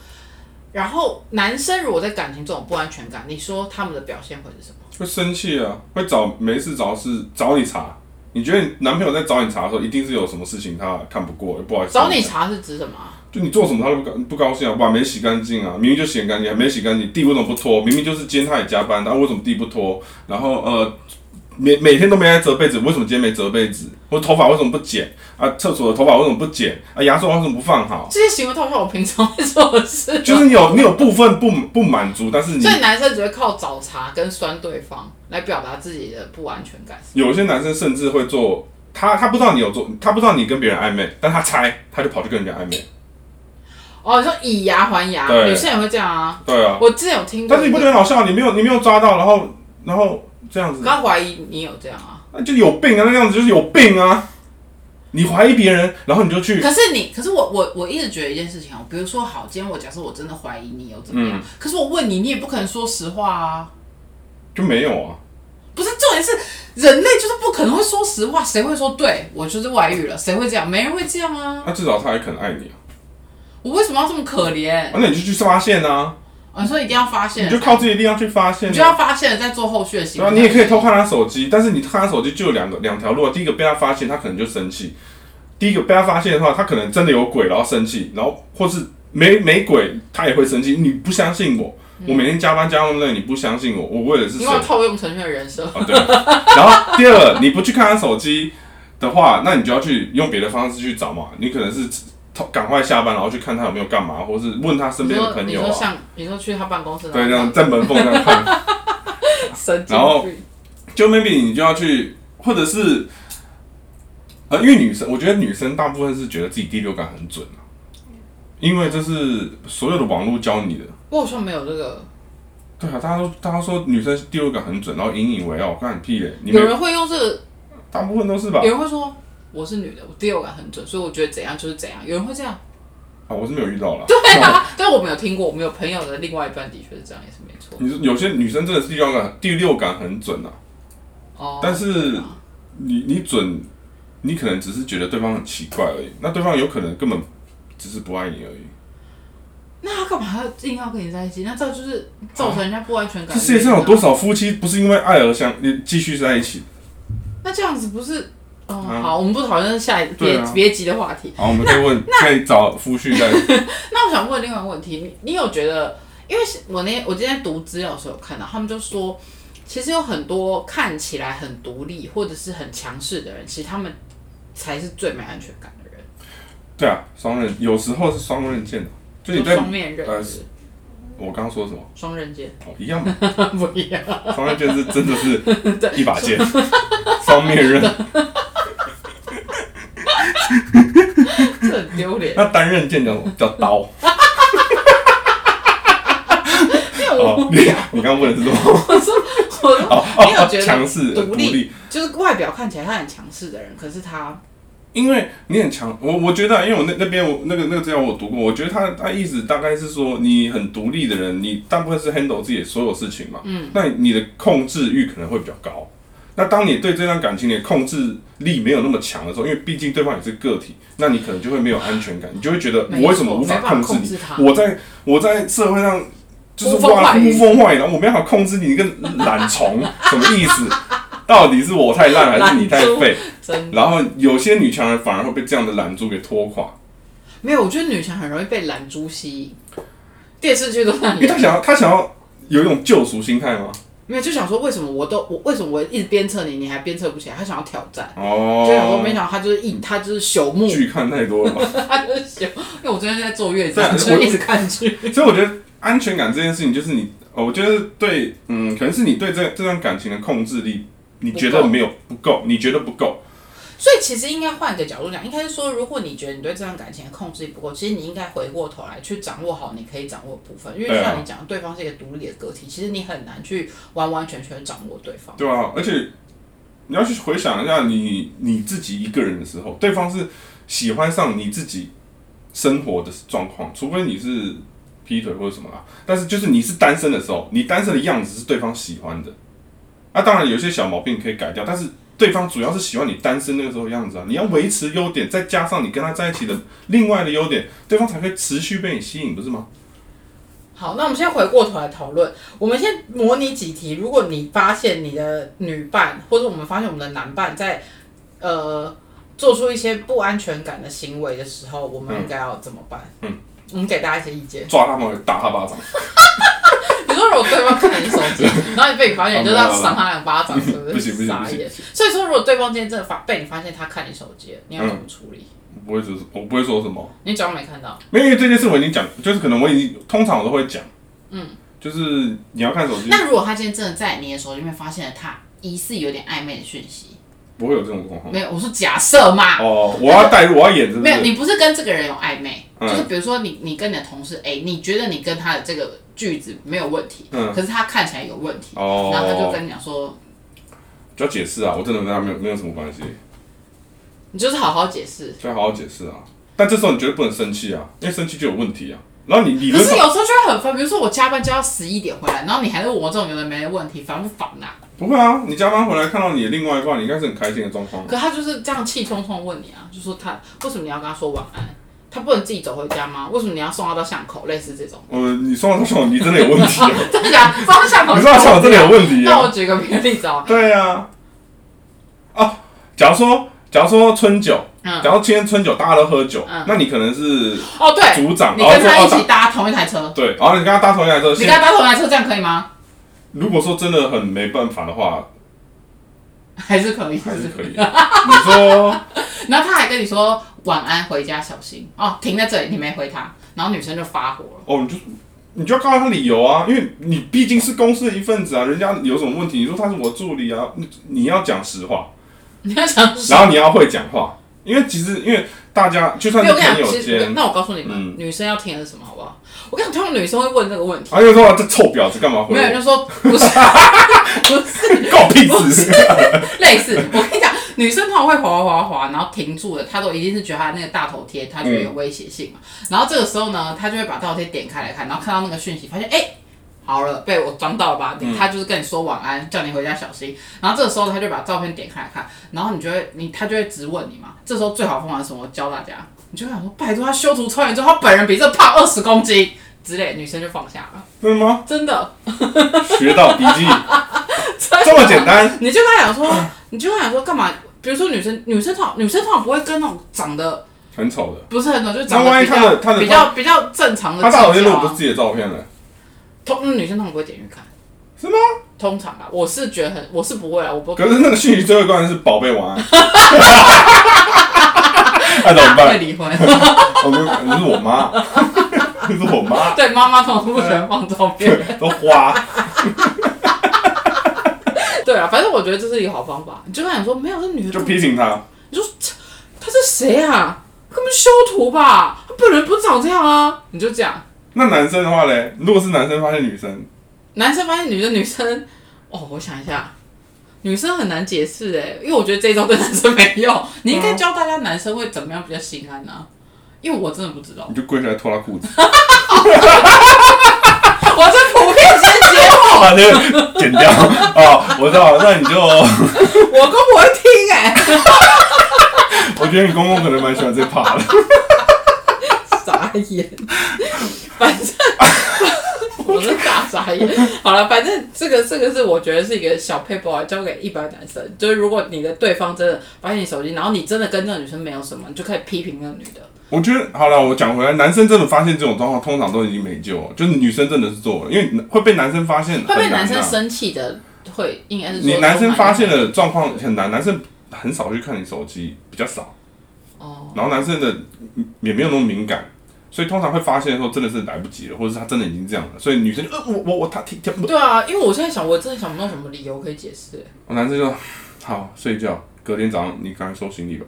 然后男生如果在感情中有不安全感，你说他们的表现会是什么？
会生气啊，会找没事找事找你茬。你觉得你男朋友在找你茬的时候，一定是有什么事情他看不过，不好意思。
找你，查是指什么啊？
就你做什么他都不高不高兴啊，碗没洗干净啊，明明就洗干净，还没洗干净，地为什么不拖？明明就是今天他也加班，然后为什么地不拖？然后呃，每每天都没来折被子，为什么今天没折被子？我头发为什么不剪啊？厕所的头发为什么不剪啊？牙刷为什么不放好？
这些行为都是我平常会做的事吗。
就是你有你有部分不不满足，但是你
(laughs) 所以男生只会靠找茬跟酸对方来表达自己的不安全感。
有些男生甚至会做，他他不知道你有做，他不知道你跟别人暧昧，但他猜，他就跑去跟人家暧昧。
哦，你说以牙还牙，
对
女生也会这样啊。
对啊，
我之前有听过，
但是你不觉得很好笑？你没有你没有抓到，然后然后这样
我
子，
刚怀疑你有这样啊。
那就有病啊！那样子就是有病啊！你怀疑别人，然后你就去
可是你，可是我，我我一直觉得一件事情啊，比如说，好，今天我假设我真的怀疑你有怎么样，
嗯
可是我问你，你也不可能说实话啊。
就没有啊。
不是重点是，人类就是不可能会说实话，谁会说对我就是外遇了？谁会这样？没人会这样啊！
那至少他还肯爱你啊，
我为什么要这么可怜
啊？那你就去发现啊，
我、说一定要发现
你
了，
就靠自己力量去发现、
你
啊。
就要发现了再做后续的行为。
对啊，你也可以偷看他手机，但是你看他手机就有两个两条路啊，第一个被他发现，他可能就生气；第一个被他发现的话，他可能真的有鬼，然后生气，然后或是没没鬼，他也会生气。你不相信我，我每天加班加到累，你不相信我，我为了是
嗯你
谁？
有没有套用程序的人设。
啊，对。 (laughs) 然后第二，你不去看他手机的话，那你就要去用别的方式去找嘛。你可能是偷赶快下班，然后去看他有没有干嘛，或是问他身
你
边的
说，
朋
你
友
说
啊。
像，你说去他办公室，
对，这
然
样
后
在门缝这样看。
(laughs) 神经
然后
病
就 maybe 你就要去，或者是，呃，因为女生，我觉得女生大部分是觉得自己第六感很准啊，因为这是所有的网络教你的。
我好像没有这个。
对啊，大家都大家说女生第六感很准，然后引以为傲，干你屁嘞！你
有
们
人会用这个，
大部分都是吧
有？人会说我是女的，我第六感很准，所以我觉得怎样就是怎样。有人会这样，
啊，我是没有遇到啦。
对啊，但我没有听过，我们有朋友的另外一半的确是这样，也是没错。
你说有些女生真的是第六感第六感很准啊，
哦，
但是你你准，你可能只是觉得对方很奇怪而已，那对方有可能根本只是不爱你而已。
那他干嘛要硬要跟你在一起？那这就是造成人家不安全感。
这世界上有多？少夫妻不是因为爱而相继续在一起？
那这样子不是？哦，
嗯
好，我们不讨论下一
对
别
啊
别急的话题。
好，我们可以问，可以找夫婿在。
那我想问另外一个问题，你你有觉得，因为是我那天我今天读资料的时候有看到，他们就说，其实有很多看起来很独立或者是很强势的人，其实他们才是最没安全感的人，
对啊，双刃有时候是双刃剑的，就你
就
对
双面刃
呃
是
我刚刚说什么？
双刃
(laughs)
剑，
哦，一样嘛，
不一样。
双刃剑是真的是一把剑，双面刃。
(laughs) 这很丢脸。
那单刃剑叫什么？叫刀。哦，你你刚刚问的是什么？
我说
哦
你有
哦，
觉得
强势
独
独
立
立，
就是外表看起来他很强势的人，可是他
因为你很强，我我觉得啊，因为我那那边我那个那个资料我读过，我觉得他他意思大概是说，你很独立的人，你大部分是 handle 自己的所有事情嘛，嗯，那你的控制欲可能会比较高。那当你对这段感情你的控制力没有那么强的时候，因为毕竟对方也是个体，那你可能就会没有安全感，你就会觉得
没错
我为什么无法
没办法
控制
控
你？
制他
我在我在社会上就是
呼风
哇
唤雨
呼风唤雨，然后我没办法控制你，你个懒虫，什么意思？到底是我太烂还是你太废？
真
然后有些女强人反而会被这样的懒猪给拖垮，
没有，我觉得女强很容易被懒猪吸引，电视剧都让
因
你
为她想要她想要有一种救赎心态嘛。
没有，就想说为什么我都我为什么我一直鞭策你，你还鞭策不起来？他想要挑战，就想说没
哦，
想到他就是硬，他就是朽木，
剧看太多了吧？
他就是朽。因为我最近在坐月子
对啊，
所
我
以一直看剧。
所以我觉得安全感这件事情，就是你，呃我觉得对，嗯，可能是你对这这段感情的控制力，你觉
不
得
够
没有不够，你觉得不够，
所以其实应该换个角度讲，应该是说，如果你觉得你对这段感情的控制力不够，其实你应该回过头来去掌握好你可以掌握的部分，因为就
对啊
像你讲的，对方是一个独立的个体，其实你很难去完完全全地掌握对方。
对啊，而且你要去回想一下你你自己一个人的时候，对方是喜欢上你自己生活的状况，除非你是劈腿或者什么啦。但是就是你是单身的时候，你单身的样子是对方喜欢的。那、当然有些小毛病可以改掉，但是对方主要是喜欢你单身那个时候的样子啊。你要维持优点，再加上你跟他在一起的另外的优点，对方才会持续被你吸引，不是吗？
好，那我们先回过头来讨论，我们先模拟几题。如果你发现你的女伴，或者我们发现我们的男伴在呃做出一些不安全感的行为的时候，我们应该要怎么办？
嗯，
我们给大家一些意见。
抓他们会打他巴掌，
你说如果对方看你手
(laughs)
机，然后你被你发现，你就是
哦
要赏他两巴掌，是不是？
不行不行
傻
不行
眼。所以说，如果对方今天真的发被你发现他看你手机了，你要怎
嗯
么处理？
我不会说，我不会说什么。
你只要没看到，
没有，因为这件事我已经讲，就是可能我已经通常我都会讲，嗯，就是你要看手机，
那如果他今天真的在你的手机里面发现了他疑似有点暧昧的讯息，
不会有这种状况。
没有，我说假设嘛，
嗯哦，我要带入，我要演，是不
没有，
是？
你不是跟这个人有暧昧，
嗯
就是比如说你你跟你的同事 A，你觉得你跟他的这个句子没有问题，
嗯
可是他看起来有问题，
哦
然后他就跟你讲说，
就要解释啊，我真的跟他没有没有什么关系，
你就是好好解释。
就要好好解释啊。但这时候你绝对不能生气啊，因为生气就有问题啊。然后你理
可
论
是有
上
时候就会很烦，比如说我加班加到十一点回来，然后你还是问我这种有的没的问题，烦不烦呐、
不会啊，你加班回来看到你的另外一半，你应该是很开心的状况。啊
可他就是这样气冲冲问你啊，就说他为什么你要跟他说晚安？他不能自己走回家吗？为什么你要送他到巷口？类似这
(laughs)
种，
呃，你送到上你真的有问
(laughs)
题、啊，
真的假的？送到巷口？
你送到上
(laughs)
真的有问题、啊。
那我举个别的例子啊，
对呀、啊，哦，假如说，假如说春酒，
嗯
假如今天春酒大家都喝酒，
嗯
那你可能是
哦对，
组长，
你
然后
跟
说
他一
哦
起搭同一台车
打，对，然后你跟他搭同一台车，
你
现
跟他搭同一台车，这样可以吗？ (laughs)
如果说真的很没办法的话，
还是可以，
还是
是不
可
是
以。你说
然后他还跟你说晚安，回家小心哦，停在这里，你没回他，然后女生就发火了。
哦，你就你就要告诉他理由啊，因为你毕竟是公司的一份子啊，人家有什么问题，你说他是我助理啊，你你要讲实话，
你要想
然后你要会讲话，因为其实因为大家就算
没有
是
我跟
朋
你讲，
友
其实
间。
那我告诉你们，
嗯
女生要听的是什么，好不好？我跟你讲，通常女生会问这个问题，
啊，又说这臭婊子干嘛回
没有就
我？
说
(laughs)
不是不是
告我屁事！
(laughs) 类似，我跟你讲，女生通常会滑滑滑，然后停住了，她都一定是觉得她那个大头贴，她觉得有威胁性嘛。然后这个时候呢，她就会把大头贴点开来看，然后看到那个讯息，发现哎。好了，被我装到了吧？她就是跟你说晚安，叫你回家小心。然后这个时候，她就把照片点开来看，然后你就会，你她就会直问你嘛。这时候最好方法是什么？我教大家，你就会想说，拜托，她修图超严重，她本人比这胖二十公斤之类，女生就放下了，
真的吗？
真的。
学到笔
(laughs)
记，这么简单？
你就跟他讲说，
嗯
你就跟他讲说干嘛？比如说女生，女生通常女生通常不会跟那种长得
很丑的。
不是很懂，就长
那
得
万一
比较
他的他的
比较比较正常的
他大头贴
计
如
较
果不是
啊。
自己的照片呢？
通嗯女生通常不会点进去看，
是吗？
通常啊，我是觉得很，我是不会啊，我不
可是那个讯息最后一关是宝贝晚安， (laughs) 那怎
大会
么办？
离婚。
(laughs) 我们你是我妈， (laughs) 你是我妈，
对，妈妈通常不喜欢放照片。
都花。
对啊，反正我觉得这是一个好方法。你就跟他讲说，没有，这女
就
的，
批评他，
你说她是谁啊？根本修图吧，她本人不长这样啊。你就这样，
那男生的话嘞，如果是男生发现女生，
男生发现女生，女生，哦，我想一下，女生很难解释哎，因为我觉得这一招对男生没用。你应该教大家男生会怎么样比较心安啊，因为我真的不知道
(laughs) 你，就跪下来脱他裤子，
我是普遍先结果，
把这个剪掉啊！我知道，那你就，
我公婆会听哎，
我觉得你公公可能蛮喜欢这趴的。
傻眼，反正。
我
我是大傻眼。好了，反正这个这个是我觉得是一个小 paper 啊，交给一般男生。就是如果你的对方真的发现你手机，然后你真的跟那个女生没有什么，你就可以批评那个女的。
我觉得好了，我讲回来，男生真的发现这种状况，通常都已经没救了，就是女生真的是做了，因为会被男生发现，
(laughs) 会被
很难啊
男生生气的，会应该是说
你男生发现
了
的状况很难，男生很少去看你手机，比较少。
哦，
然后男生的嗯也没有那么敏感，所以通常会发现的时候真的是来不及了，或者是他真的已经这样了，所以女生就呃我我我他听听不，
对啊，因为我现在想，我真的想不到什么理由可以解释、
男生就好睡觉，隔天早上你赶快收行李吧。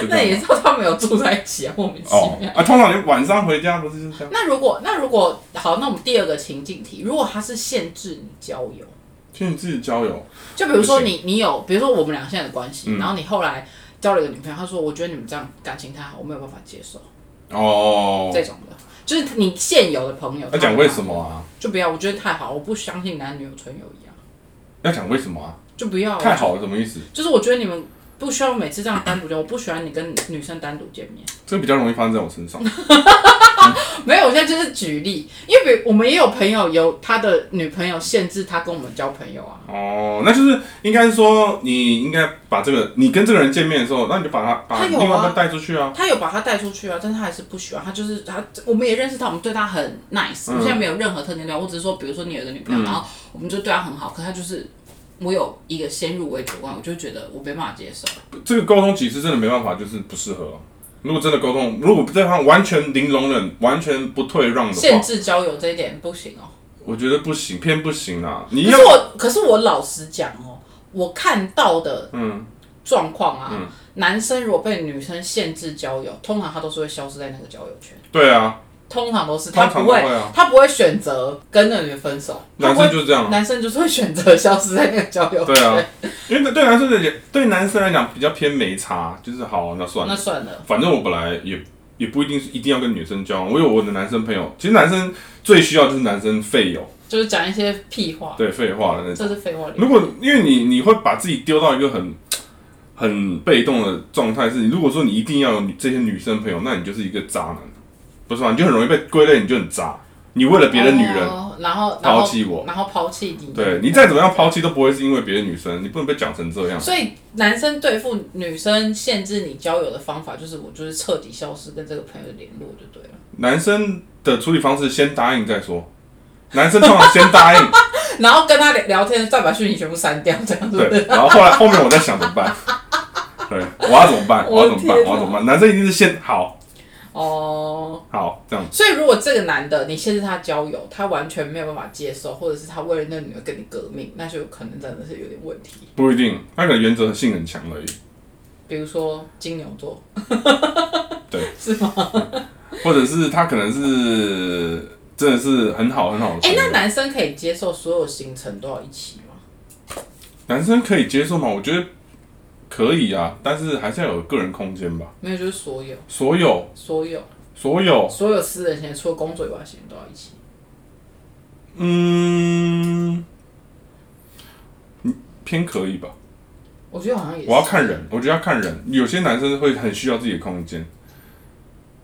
就这
(laughs) 那
样
也知道他们有住在一起啊，莫名其
啊哦
妙。
啊，通常你晚上回家不是就是这样，
那如果那如果好，那我们第二个情境题，如果他是限制你交友，
请你自己交友，
就比如说
不
你你有，比如说我们俩现在的关系，
嗯
然后你后来交了一个女朋友，他说我觉得你们这样感情太好，我没有办法接受
哦
这，种的，就是你现有的朋友，
要讲为什么啊？
就不要，我觉得太好，我不相信男女有纯友谊啊，
要讲为什么啊？
就不要啊
太，好了什么意思？
就是我觉得你们不需要每次这样单独见，我不喜欢你跟女生单独见面。 (gasps)
这个比较容易发生在我身上。
没有，我现在就是举例，因为比我们也有朋友有他的女朋友限制他跟我们交朋友啊。
哦，那就是应该是说，你应该把这个，你跟这个人见面的时候，那你就把他把
他有
另
啊
外一半带出去啊。
(laughs) 他有把他带出去啊，但是他还是不喜欢。他就是他，我们也认识他，我们对他很 nice、
嗯
我现在没有任何特定对他，我只是说，比如说你有一个女朋友，
嗯
然后我们就对他很好，可他就是我有一个先入为主观，我就觉得我没办法接受。
这个沟通其实真的没办法，就是不适合啊、如果真的沟通，如果对方完全零容忍、完全不退让的
限
话，
制交友这一点不行哦、
我觉得不行，偏不行啦。你
可
要
是我，可是我老实讲哦、我看到的
嗯，
状况啊，
嗯
男生如果被女生限制交友，通常他都是会消失在那个交友圈。
对啊，
通常都是
通
他
常
不
都
会，
会啊
他不会选择跟那个人分手，
男
他
生
不
就是这样
会
啊，
男生就是会选择消失在那个交友圈。
对啊，因为对男生的对男生来讲比较偏没差，就是好那算
(laughs) 那
了，
算了，
反正我本来也也不一定是一定要跟女生交往，我有我的男生朋友，其实男生最需要就是男生废友，
就是讲一些屁话，
对废话的那种。
这是废话里面。
如果因为你你会把自己丢到一个很很被动的状态，是你如果说你一定要有女这些女生朋友，那你就是一个渣男，不是吗？你就很容易被归类，你就很渣。你为了别的女人，
哦然后然后
抛弃我
然后抛弃你，
对你再怎么样抛弃都不会是因为别的女生，你不能被讲成这样。
所以男生对付女生限制你交友的方法，就是我就是彻底消失跟这个朋友的联络就对了。
男生的处理方式先答应再说，男生通常先
(laughs)
答应，
然后跟他聊聊天，再把讯息全部删掉，这样子。
对，然后后来后面我在想怎么办，对，我要怎么办？我要怎
我的
么办？
天哪啊
我要怎么办？男生一定是先好
哦，
好这样，
所以如果这个男的你限制他交友，他完全没有办法接受，或者是他为了那个女的跟你革命，那就可能真的是有点问题。
不一定，他可能原则性很强而已。
比如说金牛
(laughs)
座，
对，
是吗？
(laughs) 或者是他可能是真的是很好很好的
哎、
朋友
那男生可以接受所有行程都要一起吗？
男生可以接受吗？我觉得可以啊，但是还是要有个人空间吧。
没有，就是所有，
所有
所有，
所有，
所有私人行程，除了工作以外的行程都要一起。
嗯，嗯偏可以吧。
我觉得好像也是，
我要看人，我觉得要看人。有些男生会很需要自己的空间，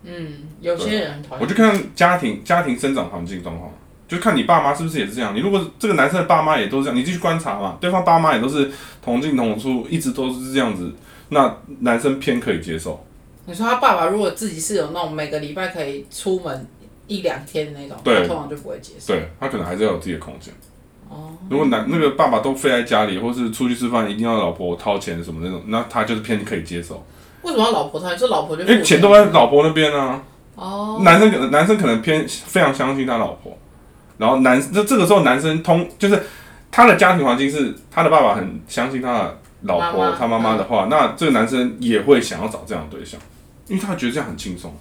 嗯，有些人很讨
我
厌，
就看家庭家庭生长环境状况，就看你爸妈是不是也是这样。你如果这个男生的爸妈也都是这样，你继续观察嘛，对方爸妈也都是同进同出，一直都是这样子，那男生偏可以接受。
你说他爸爸如果自己是有那种每个礼拜可以出门一两天的那种，
对
他通常就不会接受。
对他可能还是要有自己的空间。
哦，
如果男那个爸爸都废在家里，或是出去吃饭一定要老婆掏钱什么那种，那他就是偏可以接受，
为什么要老婆他？就老婆就
因
付
为哎钱都在老婆那边啊。
哦，
男生可能男生可能偏非常相信他老婆，然后男那这个时候男生通就是他的家庭环境是他的爸爸很相信他的老婆
妈妈嗯
他妈妈的话，那这个男生也会想要找这样的对象，因为他觉得这样很轻松。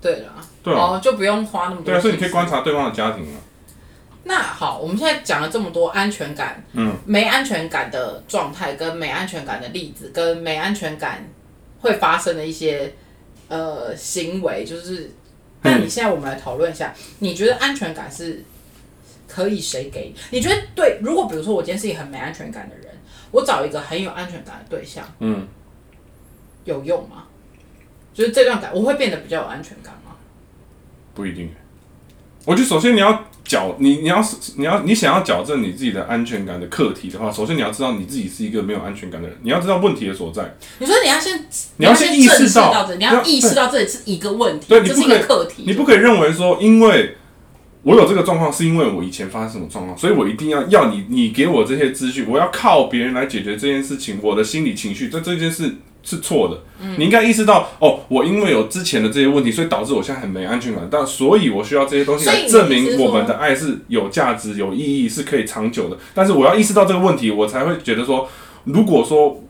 对啦，
对啊，
哦，就不用花那么多。
对啊，所以你可以观。察对方的家庭啊。
那好，我们现在讲了这么多安全感，
嗯，
没安全感的状态，跟没安全感的例子，跟没安全感会发生的一些呃行为，就是。那你现在我们来讨论一下，你觉得安全感是可以谁给你？你觉得对？如果比如说我今天是一个很没安全感的人，我找一个很有安全感的对象，
嗯，
有用吗？就是这段感，我会变得比较有安全感吗？
不一定，我觉得首先你要矫你你要你要你想要矫正你自己的安全感的课题的话，首先你要知道你自己是一个没有安全感的人，你要知道问题的所在。
你说你要先，
你要先
先
意识
正视
到
到这，你
你
要
要
意识到这里是一个问题，
对你
这
不
是一
可
个
以
课题。
你不可以认为说，因为我有这个状况，是因为我以前发生什么状况，所以我一定要要你你给我这些资讯，我要靠别人来解决这件事情，我的心理情绪，这这件事是错的。
嗯
你应该意识到，哦，我因为有之前的这些问题，所以导致我现在很没安全感，但所以我需要这些东西
所以
来
你
证
意思
明
是
我们
说
的爱是有价值、有意义，是可以长久的。但是我要意识到这个问题，我才会觉得说，如果说。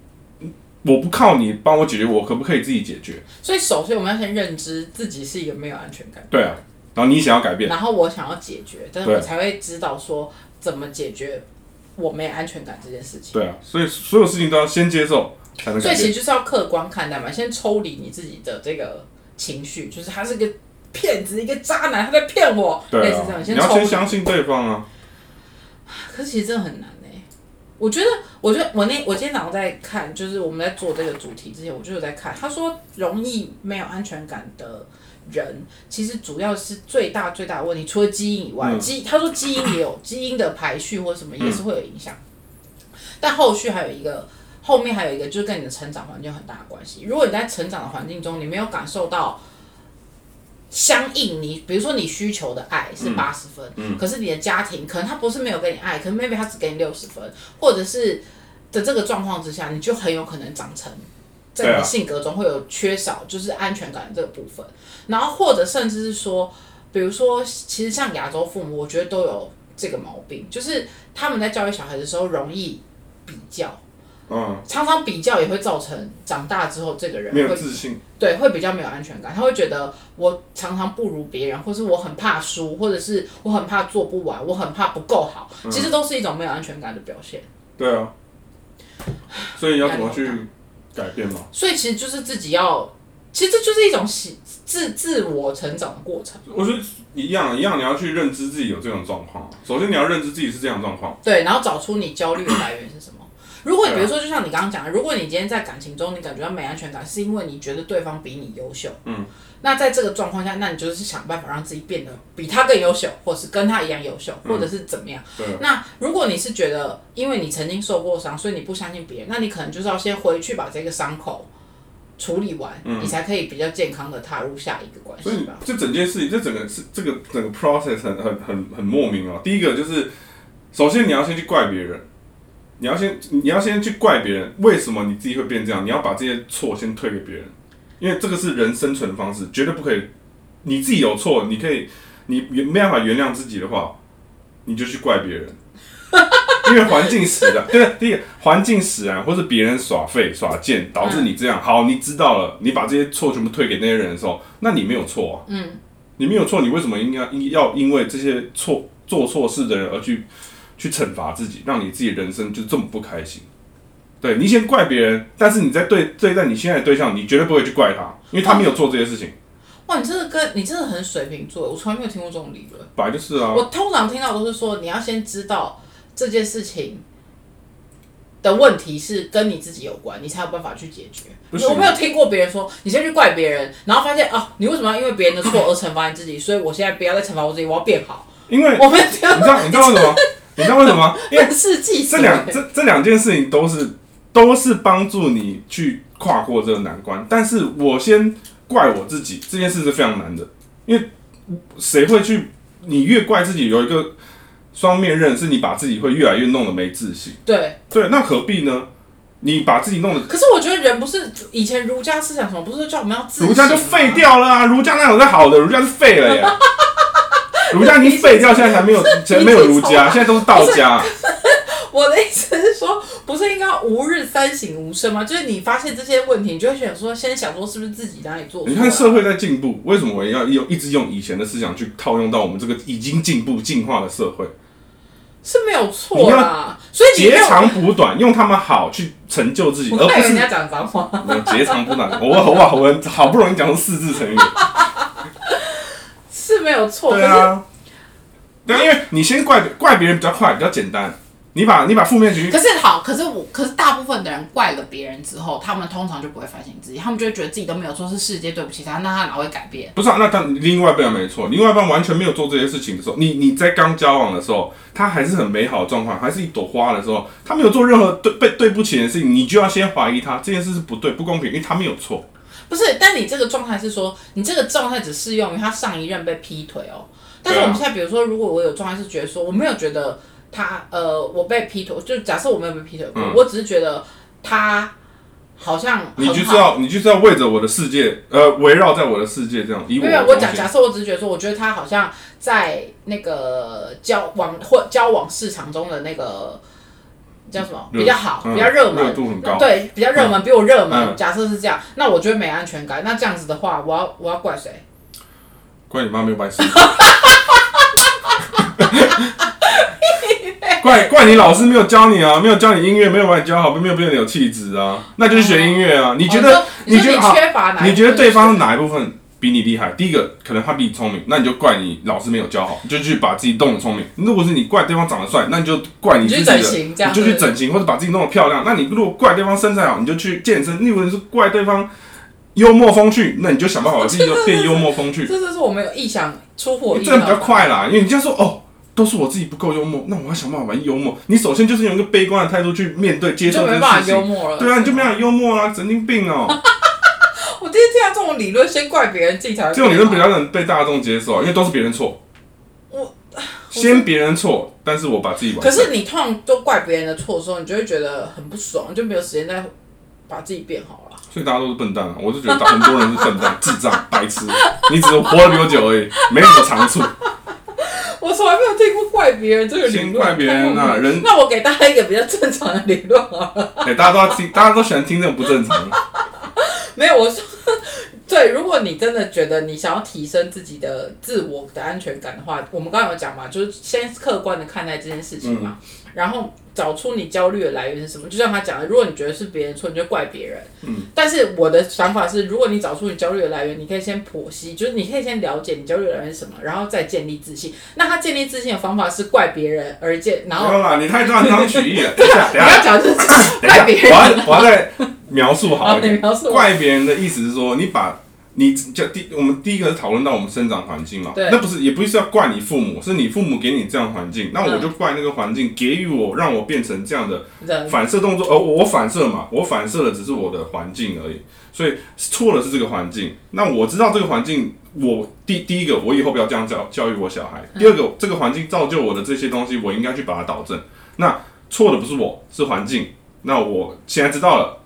我不靠你帮我解决，我可不可以自己解决？
所以首先我们要先认知自己是一个没有安全感，
对啊，然后你想要改变，
然后我想要解决，但是我
对
才会知道说怎么解决我没有安全感这件事情。
对啊，所以所有事情都要先接受才能
所以
改
其
变。
实就是要客观看待嘛，先抽离你自己的这个情绪，就是他是个骗子，一个渣男，他在骗我，类
对
似这
啊
样，，
你
先
要
抽
先
离。
相信对方啊。
可是其实真的很难哎、我觉得，我觉得我那我今天早上在看，就是我们在做这个主题之前，我就有在看。他说，容易没有安全感的人，其实主要是最大最大的问题，除了基因以外，
嗯
基他说基因也有基因的排序或什么也是会有影响，但后续还有一个。后面还有一个就是跟你的成长环境有很大的关系。如果你在成长的环境中，你没有感受到相应你，比如说你需求的爱是八十分，可是你的家庭可能他不是没有给你爱，可能 maybe 他只给你六十分，或者是的这个状况之下，你就很有可能长成在
对
你
啊
的性格中会有缺少，就是安全感的这个部分。然后或者甚至是说，比如说，其实像亚洲父母，我觉得都有这个毛病，就是他们在教育小孩的时候容易比较，
嗯，
常常比较也会造成长大之后这个人
没有
会
自信，
对，会比较没有安全感，他会觉得我常常不如别人，或是我很怕输，或者是我很怕做不完，我很怕不够好，
嗯
其实都是一种没有安全感的表现。
对啊。所以要怎么去
压力好
改变嘛？
所以其实就是自己要，其实这就是一种喜自自我成长的过程。
我觉得一样一样，你要去认知自己有这种状况。首先你要认知自己是这样的状况，
对，然后找出你焦虑的来源是什么。如果你
对啊
比如说，就像你刚刚讲的，如果你今天在感情中你感觉到没安全感，是因为你觉得对方比你优秀，
嗯，
那在这个状况下，那你就是想办法让自己变得比他更优秀，或是跟他一样优秀，或者是怎么样。
嗯对啊
那如果你是觉得因为你曾经受过伤，所以你不相信别人，那你可能就是要先回去把这个伤口处理完，你才可以比较健康的踏入下一个关
嗯所
系
以
吧。
这整件事情，这整个是这个整个 process 很很很很莫名哦。第一个就是，首先你要先去怪别人，你要先你要先去怪别人，为什么你自己会变这样？你要把这些错先推给别人，因为这个是人生存方式，绝对不可以你自己有错，你可以你原没办法原谅自己的话，你就去怪别人。 (laughs) 因为环境使然，对，第一个环境使然，或是别人耍废耍贱，导致你这
嗯
样。好，你知道了，你把这些错全部推给那些人的时候，那你没有错啊。
嗯，
你没有错，你为什么应该应要因为这些错做错事的人而去去惩罚自己，让你自己人生就这么不开心？对你先怪别人，但是你在对对待你现在的对象，你绝对不会去怪他，因为他没有做这些事情，
哇，你真的跟你真的很水瓶座，我从来没有听过这种理论。
本来就是啊
我。通常听到都是说，你要先知道这件事情的问题是跟你自己有关，你才有办法去解决。
不行
我没有听过别人说，你先去怪别人，然后发现啊，你为什么要因为别人的错而惩罚你自己？所以我现在不要再惩罚我自己，我要变
(laughs)
好。
因为
我没有听
你知
到
道你知道为什么吗？你知道为什么吗？因为
本世纪
这两这这两件事情都是都是帮助你去跨过这个难关，但是我先怪我自己，这件事是非常难的，因为谁会去？你越怪自己，有一个双面刃，是你把自己会越来越弄得没自信。
对。
对，那何必呢？你把自己弄得
可是我觉得人不是以前儒家思想什么，不是叫我们要自
儒家就
省吗
废。掉了啊！儒家哪有在好的？儒家是废了呀。儒家已经废掉，现在才没有，才没有儒家，现在都是道家。啊
我的意思是说，不是应该吾日三省吾身吗？就是你发现这些问题，你就会想说，先想说是不是自己哪里做错了。
你看社会在进步，为什么我要用一直用以前的思想去套用到我们这个已经进步进化的社会？
是没有错啦，所以你没
截
有
长补短，用他们好去成就自己，而
我
不
看人
是
家讲脏
(laughs)
话。
没有截长补短。我我哇，我好不容易讲出四字成语，
是没有错，
对
可是
啊啊，对啊，因为你先怪怪别人比较快，比较简单。你把你把负面情绪
可是好，可是我，可是大部分的人怪了别人之后，他们通常就不会反省自己，他们就会觉得自己都没有做，是世界对不起他，那他哪会改变？
不是、啊，那当另外一半没错，另外一半完全没有做这些事情的时候，你你在刚交往的时候，他还是很美好的状况，还是一朵花的时候，他没有做任何对被对不起的事情，你就要先怀疑他这件事是不对不公平，因为他没有错。
不是，但你这个状态是说，你这个状态只适用于他上一任被劈腿哦。但是
对啊
我们现在，比如说，如果我有状态是觉得说，我没有觉得他呃，我被劈腿，就假设我没有被劈腿过，
嗯
我只是觉得他好像
你
很
就是
好。
要你就是要为着我的世界，呃，围绕在我的世界这样。以我
因
为
为我
中
讲，
心
假设我只是觉得说，我觉得他好像在那个交往或交往市场中的那个叫什么
热
比较好，
嗯
比较热
热
门，
度很高
对，比较热门，比我热门。
嗯
假设是这样，那我觉得没安全感。那这样子的话，我要我要怪谁？
怪你妈没有把你生出来，怪怪你老师没有教你啊，没有教你音乐，没有把你教好，没有变得有气质啊，那就是学音乐啊。你觉得
哦你说
觉
你说
得好
你？缺乏哪一部分？
你觉得对方哪一部分比你厉害？第一个可能他比你聪明，那你就怪你老师没有教好，你就去把自己弄得聪明。如果是你怪对方长得帅，那你就怪你自己的，
你去整形这样
你就去整形或者把自己弄得漂亮。那你如果怪对方身材好，你就去健身；，例如你是怪对方幽默风趣，那你就想办法把自己就变幽默风趣。
这就是我们有意想出乎我意
这个
料
比较
的。
快啦，因为你这样说哦。都是我自己不够幽默，那我要想办法玩幽默。你首先就是用一个悲观的态度去面对、接
你就
受这
没
件
办
事
法幽
情。
默了。
对啊，你就没办法幽默啦，神经病哦、
我第一次听到这种理论，先怪别人，自己才
(laughs)
会
这种理论比
变
较能被大众接受，因为都是别人错。
我 (sighs)
先别人错，但是我把自己
好可
完。
是你通常都怪别人的错的时候，你就会觉得很不爽，就没有时间再把自己变好了。
所以大家都是笨蛋啊！我就觉得大 (laughs) 很多人是笨蛋、智障、白痴，你只是活得比我久而已，没什么长处。
我从来没有听过怪别人这个理论，
先怪别人啊，人
那我给大家一个比较正常的理论啊，
哎、大家都要听，大家都喜欢听这种不正常的。
没有，我说对，如果你真的觉得你想要提升自己的自我的安全感的话，我们刚刚有讲嘛，就是先客观的看待这件事情嘛，嗯然后找出你焦虑的来源是什么。就像他讲的，如果你觉得是别人错，你就怪别人。嗯，但是我的想法是，如果你找出你焦虑的来源，你可以先剖析，就是你可以先了解你焦虑的来源是什么，然后再建立自信。那他建立自信的方法是怪别人而建，然
没
后
有啦，你太断章取义了。等一下，
你
等一
要
下，
讲就是怪
等一下，
(laughs) 别人。啊
我要我要再描述好一
好，你
点。
描述我。
怪别人的意思是说，你把你就第我们第一个是讨论到我们生长环境嘛，
对
那不是也不是要怪你父母，是你父母给你这样的环境，那
嗯
我就怪那个环境给予我让我变成这样的
人
反射动作，而、我反射嘛，我反射的只是我的环境而已，所以错的是这个环境。那我知道这个环境，我第第一个我以后不要这样教教育我小孩，
嗯
第二个这个环境造就我的这些东西，我应该去把它导正。那错的不是我，是环境。那我现在知道了，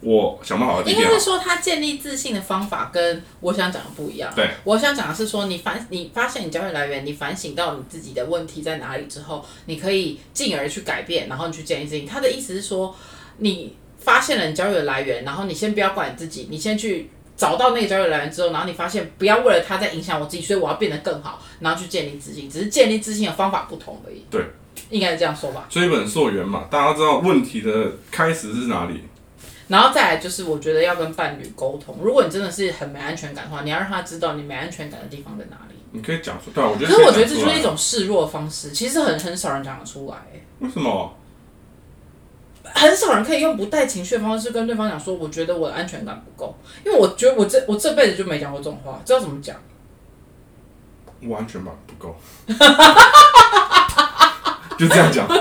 我想办法把这
应
件
该是说他建立自信的方法跟我想讲的不一样。
对，
我想讲的是说，你反你发现你焦虑来源，你反省到你自己的问题在哪里之后，你可以进而去改变，然后你去建立自信。他的意思是说，你发现了你焦虑的来源，然后你先不要怪你自己，你先去。找到那个焦虑来源之后，然后你发现不要为了它再影响我自己，所以我要变得更好，然后去建立自信，只是建立自信的方法不同而已。
对，
应该是这样说吧。
追本溯源嘛，大家知道问题的开始是哪里？
然后再来就是，我觉得要跟伴侣沟通。如果你真的是很没安全感的话，你要让他知道你没安全感的地方在哪里。
你可以讲出，对啊，我觉
可
得
是我觉得这就
可
是
以
一
讲出来
种示弱的方式，其实很很少人讲得出来、欸
为什么？
很少人可以用不带情绪的方式跟对方讲说，我觉得我的安全感不够，因为我觉得我这我这辈子就没讲过这种话，知道怎么讲？
我安全感不够， (laughs) 就这样讲。
不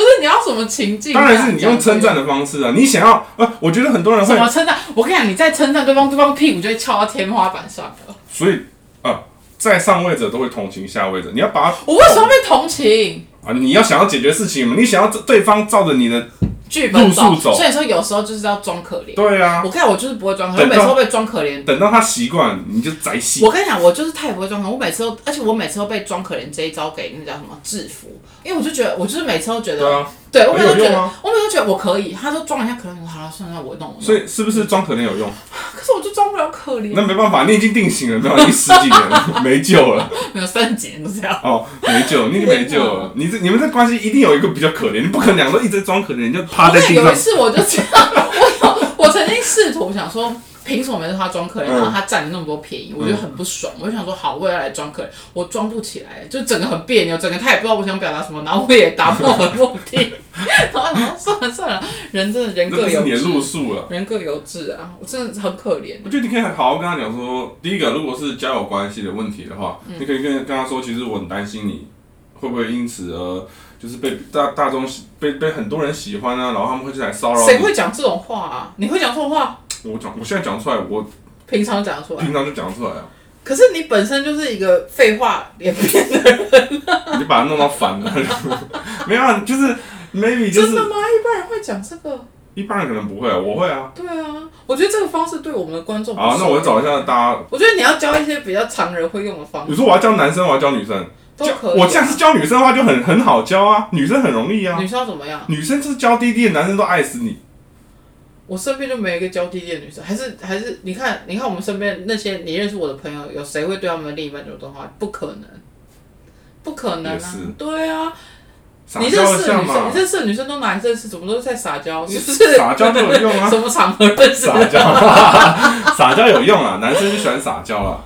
是你要什么情境？
当然是你用称赞的方式啊，你想要呃，我觉得很多人
什
会，
么称赞？我跟你讲，你再称赞对方，对方屁股就会翘到天花板上了。
所以呃，在上位者都会同情下位者，你要把他
我为什么被同情？
啊，你要想要解决事情嘛，你想要对方照着你的，
剧本
路数走
所以说有时候就是要装可怜。
对啊，
我看我就是不会装可怜，我每次都被装可怜
等到他习惯，你就宅戏
我。跟你讲，我就是太不会装可怜，我每次都，而且我每次都被装可怜这一招给那叫什么制服，因为我就觉得，我就是每次都觉
对
得，
啊，
对,、我每次都觉
很有
得
用啊，
我每次都觉得我可以，他就装一下可怜，我说好了，算了，我弄我弄。
所以是不是装可怜有用？
可是我就装不了可怜
那，没办法，你已经定型了，没有，已经十几年了， (laughs) 没救了。
没有三几年都这样。
哦，没救，你已经没救
(laughs)
了。你这你们这关系一定有一个比较可怜，你不可能两个都一直装可怜，你就趴
不
在
是
地
有 (laughs)
上
一。次我就这样，我有我曾经试图想说，凭什么每次他装可怜，
嗯
然后他占了那么多便宜，我就很不爽，我就想说好，我也要来装可怜，我装不起来，就整个很别扭，整个他也不知道我想表达什么，然后我也达不到我的目的， (laughs) 然后然后算了算了，人真的人
这
各
不是
有
你的路
志，
数了。
人各有志啊，我真的很可怜。
我觉得你可以好好跟他讲说，第一个，如果是交友关系的问题的话，
嗯
你可以跟跟他说，其实我很担心你会不会因此而就是被大大众喜被被很多人喜欢啊，然后他们会去来骚扰
谁
你。
会讲这种话啊？你会讲这种话？
我讲，我现在讲出来，我
平常讲出来
平，常就讲出来啊，
可是你本身就是一个废话连篇的人，
你把它弄到反了。 (laughs) 没有、啊，就是 maybe 就
真
是
的吗？一般人会讲这个？
一般人可能不会啊，我会啊。
对啊，我觉得这个方式对我们的观众哦不
好，那我
受
找一下大家，
我觉得你要教一些比较常人会用的方
你
式，
说我要教男生，我要教女生，
都
教
可以啊、
我这样是教女生的话就很很好教啊，女生很容易啊
女，生要怎么样？
女生就是娇滴滴的，男生都爱死你。
我身边就没有一个娇滴滴的女生，还是还是你看，你看我们身边那些你认识我的朋友，有谁会对他们的另一半主动话？不可能，不可能
也
啊
是！
对啊，
撒
你
娇
认
一
识的
下
女生，
嘛
你，认识的女生都哪里认识？怎么都在撒娇？是不是？
撒娇都有用
(laughs)
啊
什，么场合认识？
撒娇，
(laughs)
撒娇有用啊，男生就喜欢撒娇啦。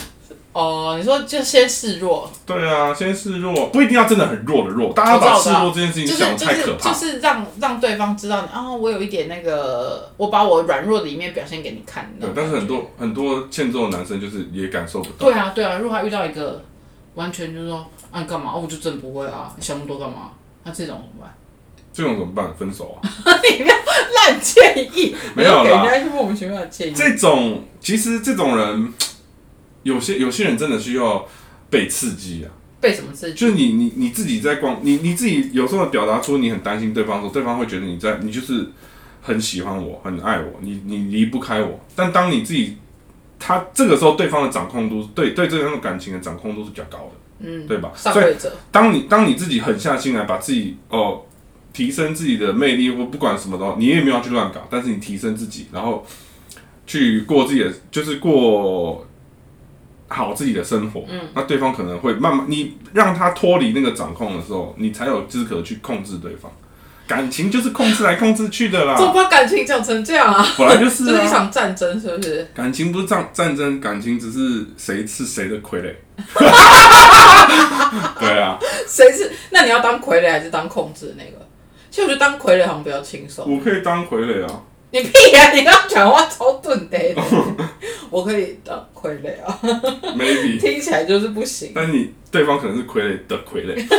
哦，你说就先示弱，
对啊，先示弱，不一定要真的很弱的弱，大家把示弱这件事情
就是
想的
就
太
是
可怕
就
了。
是让让对方知道你啊、我有一点那个，我把我软弱的一面表现给你看。那种，
对但是
感
很
觉
多很多欠揍的男生就是也感受不到。
对啊对啊，如果他遇到一个完全就是说啊你干嘛、哦我就真的不会啊，你想那么多干嘛？那这种怎么办？ (laughs)
这种怎么办？分手啊？
烂建议，
(laughs) 没有啦
你要给人家一些莫名其妙的建议。
这种其实这种人，有些有些人真的需要被刺激啊。
被什么刺激？
就是你你你自己在逛，你你自己有时候表达出你很担心对方的时候，对方会觉得你在你就是很喜欢我，很爱我，你你离不开我。但当你自己，他这个时候对方的掌控度，对对这种感情的掌控度是比较高的，
嗯，
对吧？
上
所以
位者，
当你当你自己狠下心来，把自己哦、提升自己的魅力，或不管什么的话，你也没有要去乱搞，但是你提升自己，然后去过自己的，就是过好自己的生活。嗯，那对方可能会慢慢，你让他脱离那个掌控的时候，你才有资格去控制对方。感情就是控制来控制去的
怎么
啦，
把感情讲成这样啊？
本来就是
这是一
啊。
场战争，是不是？ (laughs)
感情不是战战争，感情只是谁是谁的
(laughs)
傀儡。对啊，
谁是？那你要当傀儡还是当控制的那个？其实我觉得当傀儡好像比较轻松。
我可以当傀儡啊。
你屁啊！你刚刚讲话超钝的， (laughs) 我可以当傀儡啊，(laughs)
Maybe
听起来就是不行。
但你对方可能是傀儡的傀儡， (laughs)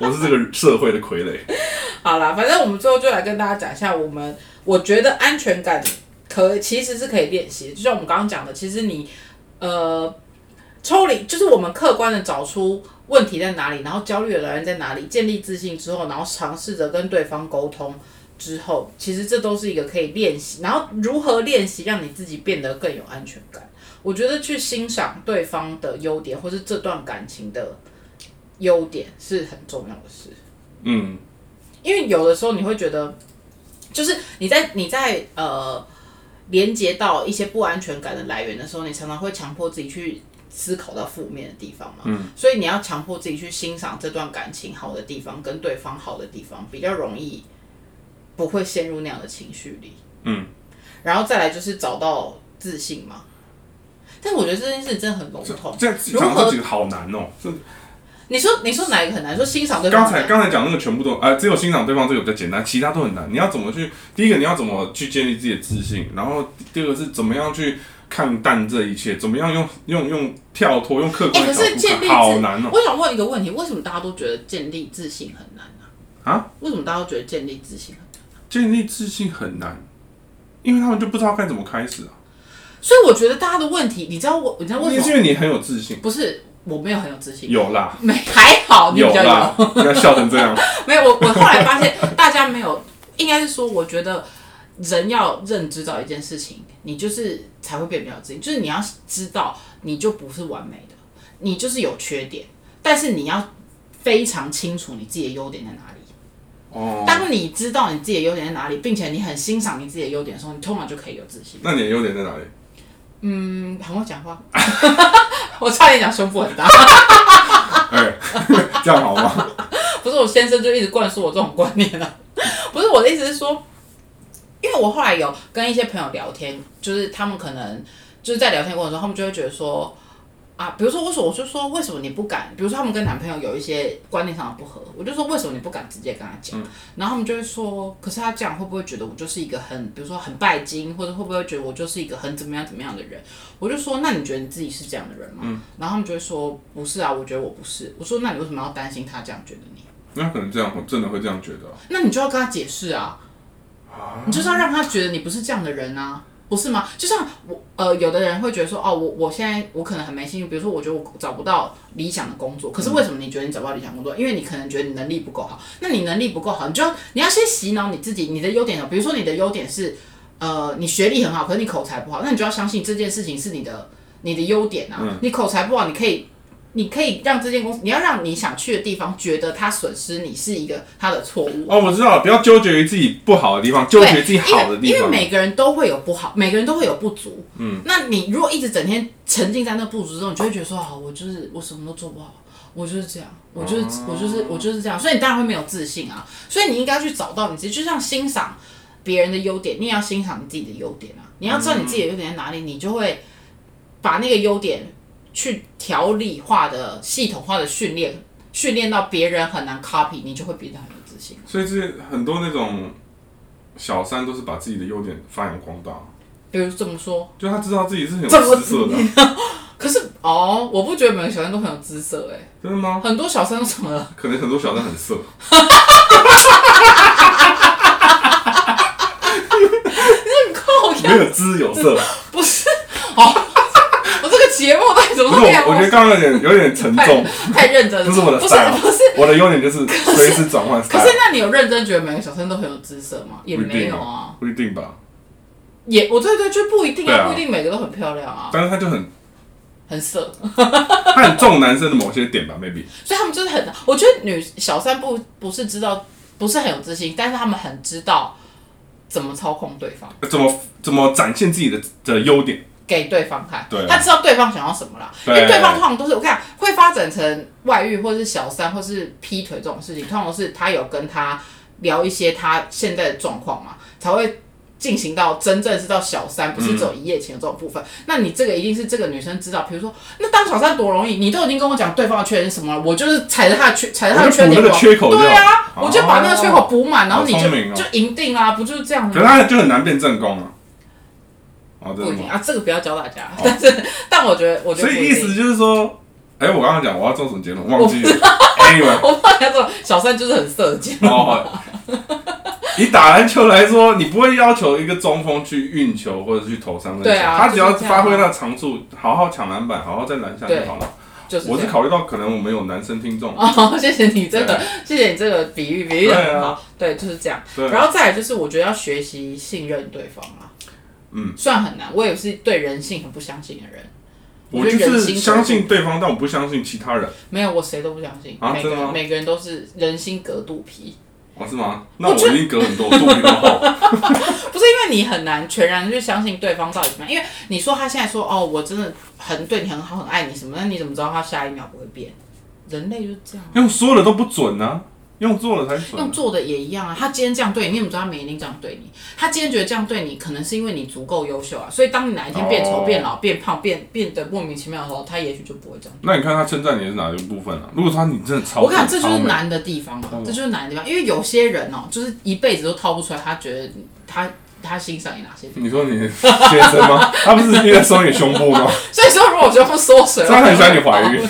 我是这个社会的傀儡。
(laughs) 好啦，反正我们最后就来跟大家讲一下，我们我觉得安全感可其实是可以练习的，就像我们刚刚讲的，其实你呃抽离，就是我们客观的找出问题在哪里，然后焦虑的来源在哪里，建立自信之后，然后尝试着跟对方沟通。之后，其实这都是一个可以练习，然后如何练习让你自己变得更有安全感。我觉得去欣赏对方的优点，或是这段感情的优点是很重要的事。
嗯，
因为有的时候你会觉得，就是你在你在呃连接到一些不安全感的来源的时候，你常常会强迫自己去思考到负面的地方嘛。嗯，所以你要强迫自己去欣赏这段感情好的地方，跟对方好的地方，比较容易不会陷入那样的情绪里。
嗯，
然后再来就是找到自信嘛。但我觉得这件事真的很笼统。
这样
如
讲
何
这几个好难哦、这
你说你说哪一个很难？说欣赏对方
刚
很
才
难
刚才讲那个全部都，呃，只有欣赏对方这个比较简单，其他都很难。你要怎么去？第一个你要怎么去建立自己的自信？然后第二个是怎么样去看淡这一切？怎么样用用用跳脱用客观
哎、可
的角
是
度
建
看？
立自
好难哦、
我想问一个问题，为什么大家都觉得建立自信很难呢、啊？
啊？
为什么大家都觉得建立自信很难？
建立自信很难，因为他们就不知道该怎么开始啊。
所以我觉得大家的问题，你知道我，你知道为
你
什
是
么？
因为你很有自信，
不是我没有很有自信，
有啦，
没还好，你比较
啦，不要笑成这
(laughs)
样。
没有，我我后来发现大家没有，应该是说，我觉得人要认知到一件事情，你就是才会变比较自信，就是你要知道你就不是完美的，你就是有缺点，但是你要非常清楚你自己的优点在哪里。
哦，
当你知道你自己的优点在哪里，并且你很欣赏你自己的优点的时候，你通常就可以有自信。
那你的优点在哪里？ (laughs)
嗯，很会讲话， (laughs) 我差点讲胸部很大。
哎、这样好吗？
(laughs) 不是我先生就一直灌输我这种观念啊，不是我的意思是说，因为我后来有跟一些朋友聊天，就是他们可能就是在聊天过程中，他们就会觉得说。啊，比如说为什么我就说为什么你不敢？比如说他们跟男朋友有一些观念上的不合，我就说为什么你不敢直接跟他讲？然后他们就会说，可是他这样会不会觉得我就是一个很，比如说很拜金，或者会不会觉得我就是一个很怎么样怎么样的人？我就说，那你觉得你自己是这样的人吗？然后他们就会说，不是啊，我觉得我不是。我说，那你为什么要担心他这样觉得你？
那可能这样，我真的会这样觉得哦、
那你就要跟他解释啊，你就是要让他觉得你不是这样的人啊，不是吗？就像我呃，有的人会觉得说，哦，我我现在我可能很没兴趣，比如说我觉得我找不到理想的工作，可是为什么你觉得你找不到理想工作？因为你可能觉得你能力不够好，那你能力不够好，你就要你要先洗脑你自己，你的优点有，比如说你的优点是，呃，你学历很好，可是你口才不好，那你就要相信这件事情是你的你的优点啊，你口才不好，你可以。你可以让这间公司，你要让你想去的地方觉得他损失你是一个他的错误。
哦，我知道了，不要纠结于自己不好的地方，纠
对，
结自己好的地
因为。因为
方。
每个人都会有不好，每个人都会有不足。嗯，那你如果一直整天沉浸在那不足中，你就会觉得说，啊，我就是我什么都做不好，我就是这样，我就是、
哦
我就是我就是这样，所以你当然会没有自信啊。所以你应该去找到你自己，就像欣赏别人的优点，你也要欣赏你自己的优点啊。你要知道你自己的优点在哪里，你就会把那个优点去条理化的、系统化的训练，训练到别人很难 copy，你就会变得很有自信。
所以是很多那种小三都是把自己的优点发扬光大，
比如这么说。
就他知道自己是很有
这么
姿色的啊、
可是哦，我不觉得每个小三都很有姿色哎、
真的吗？
很多小三都怎么了？
可能很多小三很
(laughs)
色，
靠
没
呀，
有姿有色。
不是哦， (laughs) 我这个节目到底 (laughs) 怎么
不是
会
我
这样，
我觉得刚刚有点有点沉
太 (laughs)
重，
太认真了，
不是我的
不
style，啊
是不是。
我的优点就是随时转换
可
style，
是那你有认真觉得每个小三都很有姿色吗？也
不一
没
定
有啊，，
不一定吧。
也哦我对对就不一定
对啊
不一定每个都很漂亮啊，
但是他就很
很色，
他很重男生的某些点吧，maybe。
所以他们就是很，我觉得女小三不不是知道不是很有自信，但是他们很知道怎么操控对方。
怎么怎么展现自己的的优点？
给对方看，
对啊
他知道对方想要什么啦。因
对
为对方通常都是我看会发展成外遇或是小三或是劈腿这种事情，通常都是他有跟他聊一些他现在的状况嘛，才会进行到真正是到小三，不是只有一夜情的这种部分。那你这个一定是这个女生知道，比如说那当小三多容易，你都已经跟我讲对方的缺点是什么了，我就是踩着他的缺，踩着他
我
的
就
缺
补那
点
个
往
缺口就好
对啊，
哦
我就把那个缺口补满，然后
好
你就
聪明哦
就赢定啦，不就是这样吗？
可是他就很难变正宫啊。哦，真
不
的
一定
吗？哦
啊，这个不要教大家。 (laughs) 但是，但我觉得，我觉
所
得不
以
一
意
定
思就是说，哎、我刚刚讲我要做什么结论，忘记了。
(laughs)
anyway，(laughs)
我怕他这种小三就是很色情。
(laughs) 哦，以打篮球来说，你不会要求一个中锋去运球或者去投三分球，
对啊
他只要
就是这样啊
发挥他的长处，好好抢篮板，好好在篮下就
对
好了。
就是这
我
样
是考虑到可能我们有男生听众，
(laughs) 哦，谢谢你这个
对，
谢谢你这个比喻，比喻的很好。对，就是这样。
对啊
然后再来就是，我觉得要学习信任对方啊。
嗯，
虽然很难，我也是对人性很不相信的人。
我
觉
就
得人
是
心
相
隔
信对方，但我不相信其他人。
肚，没有，我谁都不相信。
啊
每个
真的吗
人每个人都是人心隔肚皮，
哦，是吗？那我一定隔很多，我
(laughs)
肚皮都厚。
不是因为你很难全然地去相信对方到底怎么样。因为你说他现在说哦，我真的很对你很好，很爱你什么，那你怎么知道他下一秒不会变？人类就是这样啊。
用说了都不准啊，用做了才准、
用做的也一样啊。他今天这样对你，你怎么知道他明天这样对你？他今天觉得这样对你，可能是因为你足够优秀啊。所以当你哪一天变
哦
丑、变老、变胖、变变得莫名其妙的时候，他也许就不会这样。
那你看他称赞你是哪一个部分啊？如果他你真的超，
我跟你讲，这就
超
是
美，
难的地方啊，这就是难的地方。因为有些人哦、就是一辈子都掏不出来，他觉得他他欣赏你哪些地方。
你说你的先生吗？他不是一直在说你胸
(laughs)
部吗？
所以说，如果我觉得不缩水，
他很喜欢你
我
怀孕，
(laughs)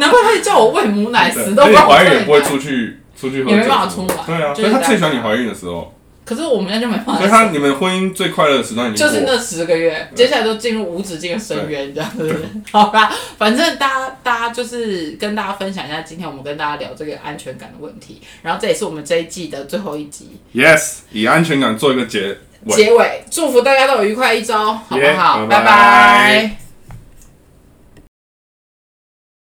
难怪他就叫我喂母奶，
对
哎死都
那
不
你
让我
怀孕也
喂
不会
奶
出去出去喝酒，
也没办法出来
对啊，
就是
所以他
在
最喜欢你怀孕的时候，
可是我们家就没办法
所以他嗯你们婚姻最快乐的时段已经
就
过
是
了。
那十个月，接下来都进入无止境的深渊，这样子。好吧，反正大家大家就是跟大家分享一下，今天我们跟大家聊这个安全感的问题，然后这也是我们这一季的最后一集
Yes，以安全感做一个结尾。
结尾，祝福大家都有愉快一周，好不
Yeah，
好？
拜
拜
拜
拜